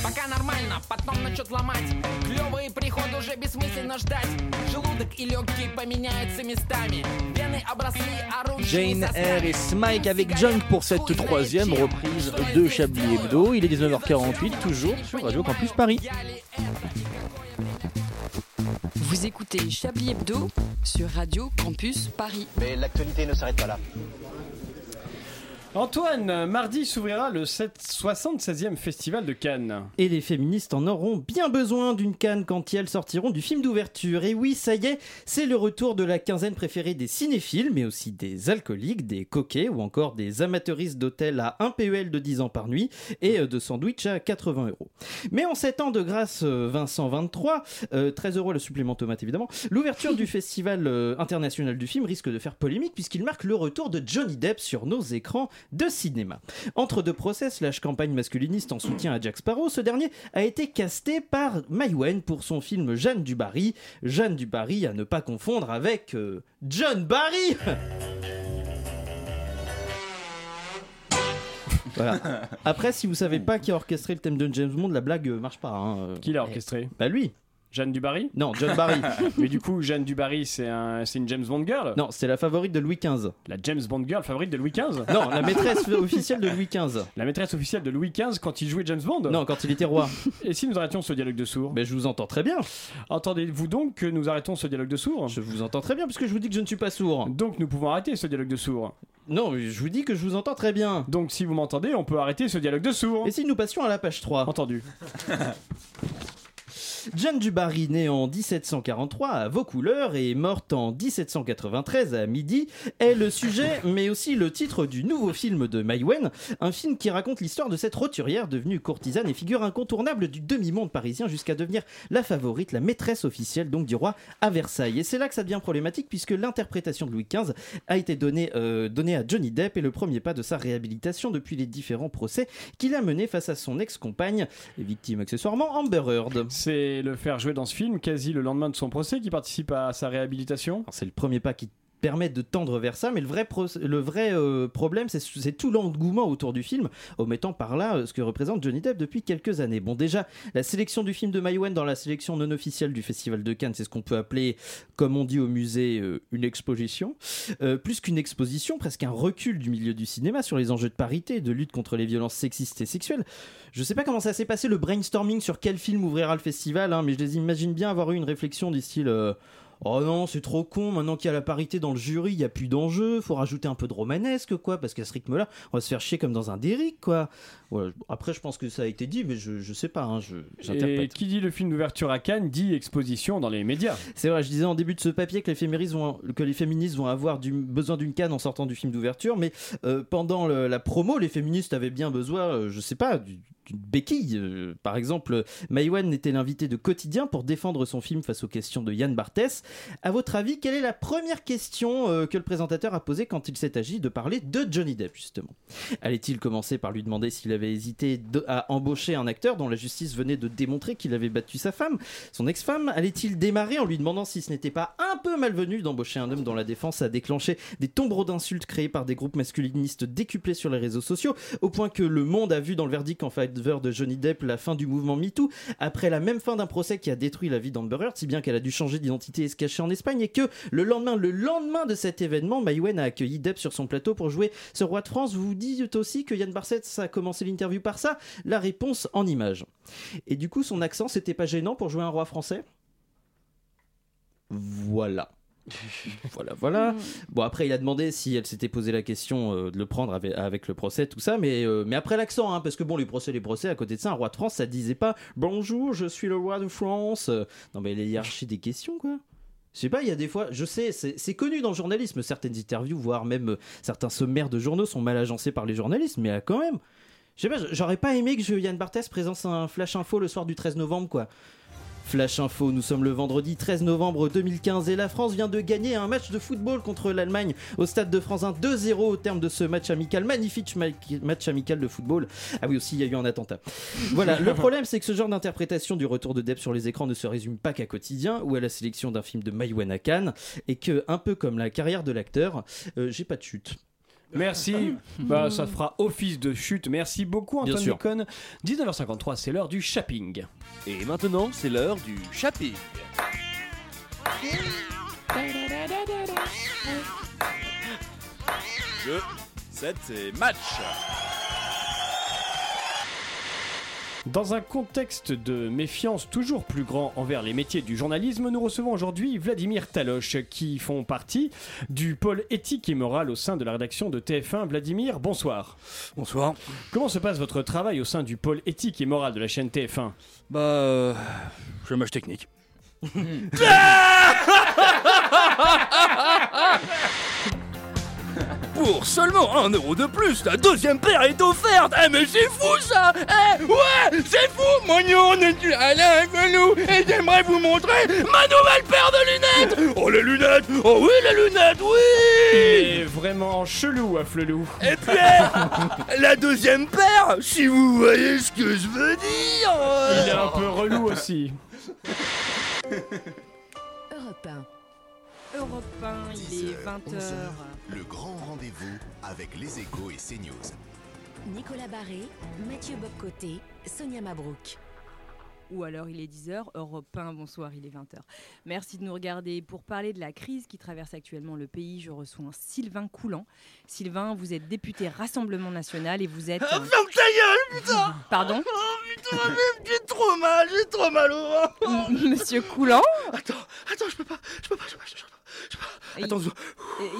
Пока нормально, потом начнут ломать Клевые приходы уже бессмысленно ждать Желудок и легкие поменяются местами Вены обросли оружием Jane Harris, Mike avec Junk pour cette troisième reprise de Chablis Hebdo. Il est 19h48, toujours sur Radio Campus Paris. Vous écoutez Chablis Hebdo sur Radio Campus Paris. Mais l'actualité ne s'arrête pas là. Antoine, mardi s'ouvrira le 7- 76e festival de Cannes. Et les féministes en auront bien besoin d'une canne quand elles sortiront du film d'ouverture. Et oui, ça y est, c'est le retour de la quinzaine préférée des cinéphiles, mais aussi des alcooliques, des coquets ou encore des amateuristes d'hôtel à 1 PEL de 10 ans par nuit et euh, de sandwich à 80 euros. Mais en 7 ans de grâce euh, Vincent 23, euh, 13 euros le supplément tomate évidemment, l'ouverture du festival euh, international du film risque de faire polémique puisqu'il marque le retour de Johnny Depp sur nos écrans de cinéma. Entre deux procès slash campagne masculiniste en soutien à Jack Sparrow, ce dernier a été casté par Maïwen pour son film Jeanne du Barry. Jeanne du Barry à ne pas confondre avec euh, John Barry Voilà. Après, si vous savez pas qui a orchestré le thème de James Bond, la blague euh, marche pas. Qui l'a orchestré Bah lui. Jeanne Dubarry Non, John Barry. Mais du coup, Jeanne Dubarry, c'est un, c'est une James Bond girl Non, c'est la favorite de Louis XV. La James Bond girl favorite de Louis XV Non, la maîtresse officielle de Louis XV. La maîtresse officielle de Louis XV quand il jouait James Bond Non, quand il était roi. Et si nous arrêtions ce dialogue de sourds Mais je vous entends très bien. Entendez-vous donc que nous arrêtons ce dialogue de sourds Je vous entends très bien puisque je vous dis que je ne suis pas sourd. Donc nous pouvons arrêter ce dialogue de sourds. Non, je vous dis que je vous entends très bien. Donc si vous m'entendez, on peut arrêter ce dialogue de sourds. Et si nous passions à la page 3 Entendu. Jeanne du Barry, née en 1743 à Vaucouleurs et morte en 1793 à midi, est le sujet, mais aussi le titre du nouveau film de Maïwen, un film qui raconte l'histoire de cette roturière devenue courtisane et figure incontournable du demi-monde parisien jusqu'à devenir la favorite, la maîtresse officielle donc du roi à Versailles. Et c'est là que ça devient problématique puisque l'interprétation de Louis XV a été donnée, euh, donnée à Johnny Depp et le premier pas de sa réhabilitation depuis les différents procès qu'il a menés face à son ex-compagne, et victime accessoirement Amber Heard. C'est le faire jouer dans ce film quasi le lendemain de son procès qui participe à sa réhabilitation. Alors, C'est le premier pas qui permet de tendre vers ça, mais le vrai, pro- le vrai euh, problème, c'est- c'est tout l'engouement autour du film, omettant par là euh, ce que représente Johnny Depp depuis quelques années. Bon, déjà, la sélection du film de Maïwen dans la sélection non officielle du Festival de Cannes, c'est ce qu'on peut appeler, comme on dit au musée, euh, une exposition. Euh, plus qu'une exposition, presque un recul du milieu du cinéma sur les enjeux de parité, de lutte contre les violences sexistes et sexuelles. Je sais pas comment ça s'est passé le brainstorming sur quel film ouvrira le festival, hein, mais je les imagine bien avoir eu une réflexion du style... euh, Oh non, c'est trop con, maintenant qu'il y a la parité dans le jury, il n'y a plus d'enjeu, faut rajouter un peu de romanesque, quoi, parce qu'à ce rythme-là, on va se faire chier comme dans un Derrick, quoi. Voilà, après, je pense que ça a été dit, mais je, je sais pas, hein, je- Et j'interprète. qui dit le film d'ouverture à Cannes dit exposition dans les médias. C'est vrai, je disais en début de ce papier que les, féministes vont, que les féministes vont avoir du, besoin d'une canne en sortant du film d'ouverture, mais euh, pendant le- la promo, les féministes avaient bien besoin, euh, je sais pas, du- d'une béquille. euh, par exemple, Maïwen était l'invité de Quotidien pour défendre son film face aux questions de Yann Barthès. À votre avis, quelle est la première question euh, que le présentateur a posée quand il s'est agi de parler de Johnny Depp, justement Allait-il commencer par lui demander s'il avait hésité de- à embaucher un acteur dont la justice venait de démontrer qu'il avait battu sa femme, son ex-femme Allait-il démarrer en lui demandant si ce n'était pas un peu malvenu d'embaucher un homme dont la défense a déclenché des tombereaux d'insultes créés par des groupes masculinistes décuplés sur les réseaux sociaux, au point que le monde a vu dans le verdict en faveur de Johnny Depp la fin du mouvement MeToo, après la même fin d'un procès qui a détruit la vie d'Amber Heard, si bien qu'elle a dû changer d'identité et se cacher en Espagne, et que le lendemain, le lendemain de cet événement, Maïwen a accueilli Depp sur son plateau pour jouer ce roi de France. Vous dites aussi que Yann Barthès a commencé l'interview par ça La réponse en images. Et du coup, son accent, c'était pas gênant pour jouer un roi français voilà. voilà, voilà. Bon, après, il a demandé si elle s'était posé la question euh, de le prendre avec, avec le procès, tout ça, mais, euh, mais après l'accent, hein, parce que bon, les procès, les procès, à côté de ça, un roi de France, ça disait pas bonjour, je suis le roi de France. Euh, Non, mais les hiérarchies des questions, quoi. Je sais pas, il y a des fois, je sais, c'est c'est connu dans le journalisme, certaines interviews, voire même euh, certains sommaires de journaux sont mal agencés par les journalistes, mais là, quand même. Je sais pas, j'aurais pas aimé que je- Yann Barthès présente un flash info le soir du 13 novembre, quoi. Flash Info, nous sommes le vendredi 13 novembre 2015 et la France vient de gagner un match de football contre l'Allemagne au Stade de France 1 2-0 au terme de ce match amical, magnifique ma- match amical de football. Ah oui aussi, il y a eu un attentat. Voilà, le problème c'est que ce genre d'interprétation du retour de Depp sur les écrans ne se résume pas qu'à quotidien ou à la sélection d'un film de Maïwana Khan et que, un peu comme la carrière de l'acteur, euh, j'ai pas de chute. Merci. Bah, ça fera office de chute. Merci beaucoup, Bien Antoine sûr. Déconne. 19h53, c'est l'heure du shopping. Et maintenant, c'est l'heure du shopping. Jeu, 7 et match. Dans un contexte de méfiance toujours plus grand envers les métiers du journalisme, nous recevons aujourd'hui Vladimir Taloche, qui font partie du pôle éthique et morale au sein de la rédaction de TF1. Vladimir, bonsoir. Bonsoir. Comment se passe votre travail au sein du pôle éthique et morale de la chaîne TF1 Bah, euh, je match technique. Pour seulement un euro de plus, la deuxième paire est offerte Eh mais c'est fou ça Eh Ouais C'est fou Mon nom est du Alain Gelou et j'aimerais vous montrer ma nouvelle paire de lunettes Oh les lunettes Oh oui les lunettes, oui Et vraiment chelou à Flelou. Et puis, la deuxième paire, si vous voyez ce que je veux dire euh. Il est un peu relou aussi. Europe 1. Europe 1, il est 20h. Le grand rendez-vous avec les échos et CNews. Nicolas Barré, Mathieu Bobcoté, Sonia Mabrouk. Ou alors il est 10h, Europe 1, bonsoir, il est 20h. Merci de nous regarder. Pour parler de la crise qui traverse actuellement le pays, je reçois un Sylvain Coulant. Sylvain, vous êtes député Rassemblement National et vous êtes... Ah, euh, ferme ta gueule, putain Pardon Oh putain, j'ai- j'ai trop mal, j'ai trop mal au ventre Mmh, Monsieur Coulant Attends, attends, je peux pas, je peux pas, je peux pas, je peux pas, je peux pas. Attends, Euh,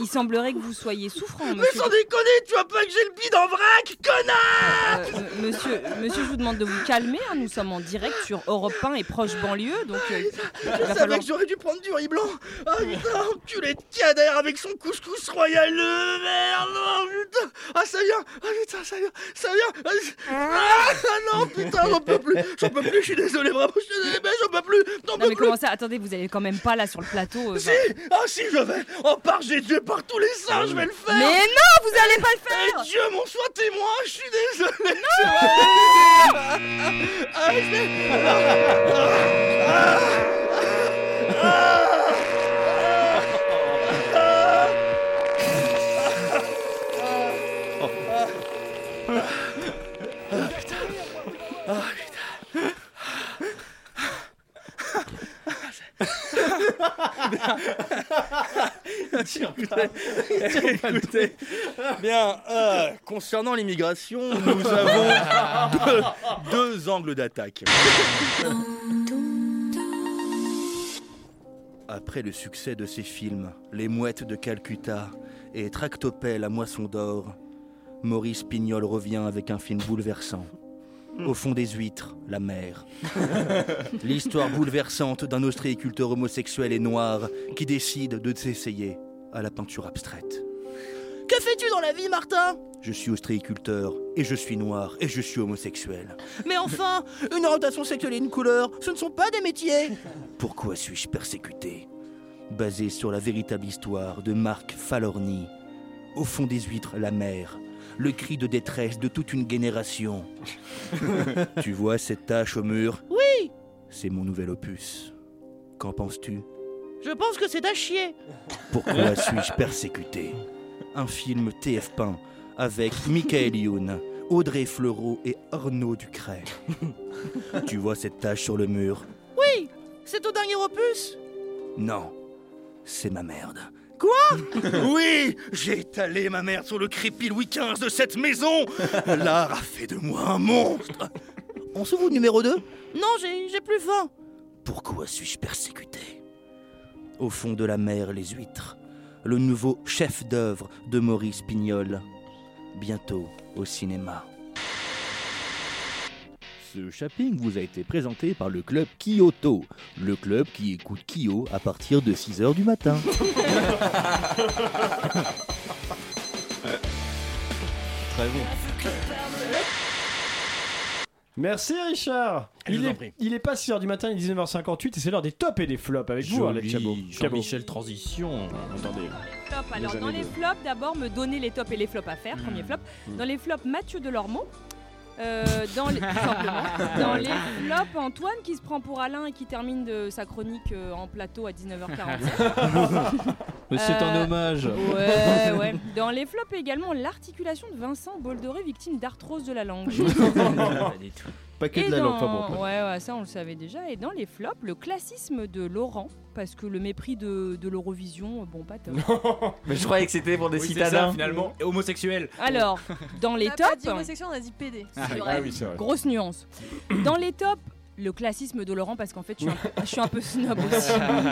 Il semblerait que vous soyez souffrant, mais monsieur. sans déconner, tu vois pas que j'ai le bide en vrac, connard Euh, m- monsieur, monsieur, je vous demande de vous calmer. hein, Nous sommes en direct sur Europe 1 et proche banlieue, donc euh, il va Je savais falloir- que j'aurais dû prendre du riz blanc Ah putain, enculé de cadère avec son couscous royal de merde Oh putain Ah ça vient Ah putain, ça vient Ça vient Ah non, putain, j'en peux plus J'en peux plus, je suis désolé, vraiment, je suis désolé, mais j'en peux plus J'en Non peux mais plus comment ça Attendez, vous allez quand même pas là sur le plateau. euh, Si enfin- Ah si, je vais En part, j'ai Dieu par tous les saints, je vais le faire Mais non, vous allez pas le faire Dieu m'en soit témoin, je suis désolé Ah, je vais- Ah, ah, ah, ah. Ah, putain. Écoutez, bien, euh, concernant l'immigration, nous avons deux, deux angles d'attaque. Après le succès de ses films Les Mouettes de Calcutta et Tractopelle la moisson d'or, Maurice Pignol revient avec un film bouleversant. Au fond des huîtres, la mer. L'histoire bouleversante d'un ostréiculteur homosexuel et noir qui décide de s'essayer à la peinture abstraite. Que fais-tu dans la vie, Martin Je suis ostréiculteur, et je suis noir, et je suis homosexuel. Mais enfin, une orientation sexuelle et une couleur, ce ne sont pas des métiers Pourquoi suis-je persécuté Basé sur la véritable histoire de Marc Falorni, au fond des huîtres, la mer, le cri de détresse de toute une génération. tu vois cette tache au mur Oui, C'est mon nouvel opus. Qu'en penses-tu je pense que c'est à chier. Pourquoi suis-je persécuté Un film TF1 avec Michael Youn, Audrey Fleurot et Arnaud Ducret. tu vois cette tache sur le mur Oui, c'est ton dernier opus. Non, c'est ma merde. Quoi Oui, j'ai étalé ma merde sur le crépi Louis XV de cette maison. L'art a fait de moi un monstre. On se voit numéro 2 Non, j'ai j'ai plus faim. Pourquoi suis-je persécuté au fond de la mer les huîtres, le nouveau chef-d'œuvre de Maurice Pignol, bientôt au cinéma. Ce shopping vous a été présenté par le club Kyoto, le club qui écoute Kyo à partir de 6h du matin. Très bon. Merci Richard Je il vous en est, prie. il est pas 6h du matin, il est 19h58 et c'est l'heure des tops et des flops avec vous, Joli, Arlette Chabot. Jean-Michel Transition. Attendez. Top. Alors, Les dans années les de- flops, d'abord, me donner les tops et les flops à faire. Hmm. Premier flop. Dans les flops, Mathieu Delormeau. Euh, dans, les... tout simplement. Dans les flops, Antoine qui se prend pour Alain et qui termine de sa chronique euh, en plateau à 19h47. Mais c'est un Euh, hommage. Ouais, ouais. Dans les flops également, l'articulation de Vincent Boldoré, victime d'arthrose de la langue. Pas que Et de la langue, dans- enfin bon. ouais, ouais, ça on le savait déjà. Et dans les flops, le classisme de Laurent, parce que le mépris de, de l'Eurovision, bon, pas top. Mais je croyais que c'était pour des Oui, c'est citadins. ça, finalement, et homosexuels. Alors, dans les On a pas tops. dit homosexuel, on a dit PD. Ah, C'est oui. vrai. Ah oui, c'est vrai. Grosse nuance. Dans les tops, le classisme de Laurent, parce qu'en fait, je suis un peu, je suis un peu snob aussi. Ah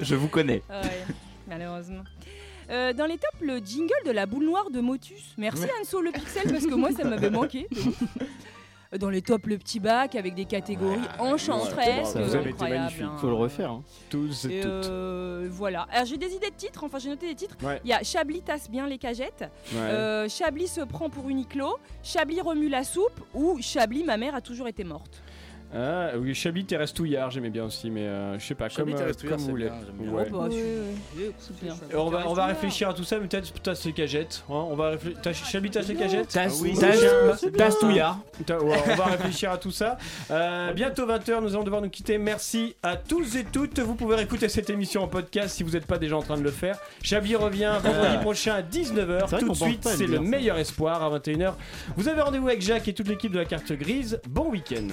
Je vous connais. Ouais, malheureusement. Euh, dans les tops, le jingle de la boule noire de Motus. Merci Anso le Pixel parce que moi ça m'avait manqué. Dans les tops, le petit bac avec des catégories enchantresses. Ça, vous avez été incroyables, magnifique. hein. Faut le refaire. hein. Tous Et, euh, voilà. Alors j'ai des idées de titres, enfin j'ai noté des titres. Il Ouais. y a Chablis tasse bien les cagettes, Ouais. euh, Chablis se prend pour Uniqlo, Chablis remue la soupe ou Chablis ma mère a toujours été morte. Ah, oui, Chablis Terrestouillard, j'aimais bien aussi, mais euh, je sais pas, comme, Chablis euh, Terrestouillard, comme vous c'est voulez. bien, j'aime bien. Ouais. Oh, bah, Et hein. Euh, on, va, on va réfléchir à tout ça, mais peut-être peut c'est Cagette. hein, on va réfléchir. T'as Chablis, t'as ses Cagettes Tasse- Ah oui, tasse- c'est bien, c'est bien. Tastouillard. Ah. T'as- ouais, On va réfléchir à tout ça. Euh, bientôt 20h, nous allons devoir nous quitter. Merci à tous et toutes. Vous pouvez écouter cette émission en podcast si vous n'êtes pas déjà en train de le faire. Chablis revient vendredi prochain à 19h. Ah. vrai Tout qu'on de pense suite, pas à le c'est le dire, ça. meilleur espoir à 21h. Vous avez rendez-vous avec Jacques et toute l'équipe de la carte grise. Bon week-end.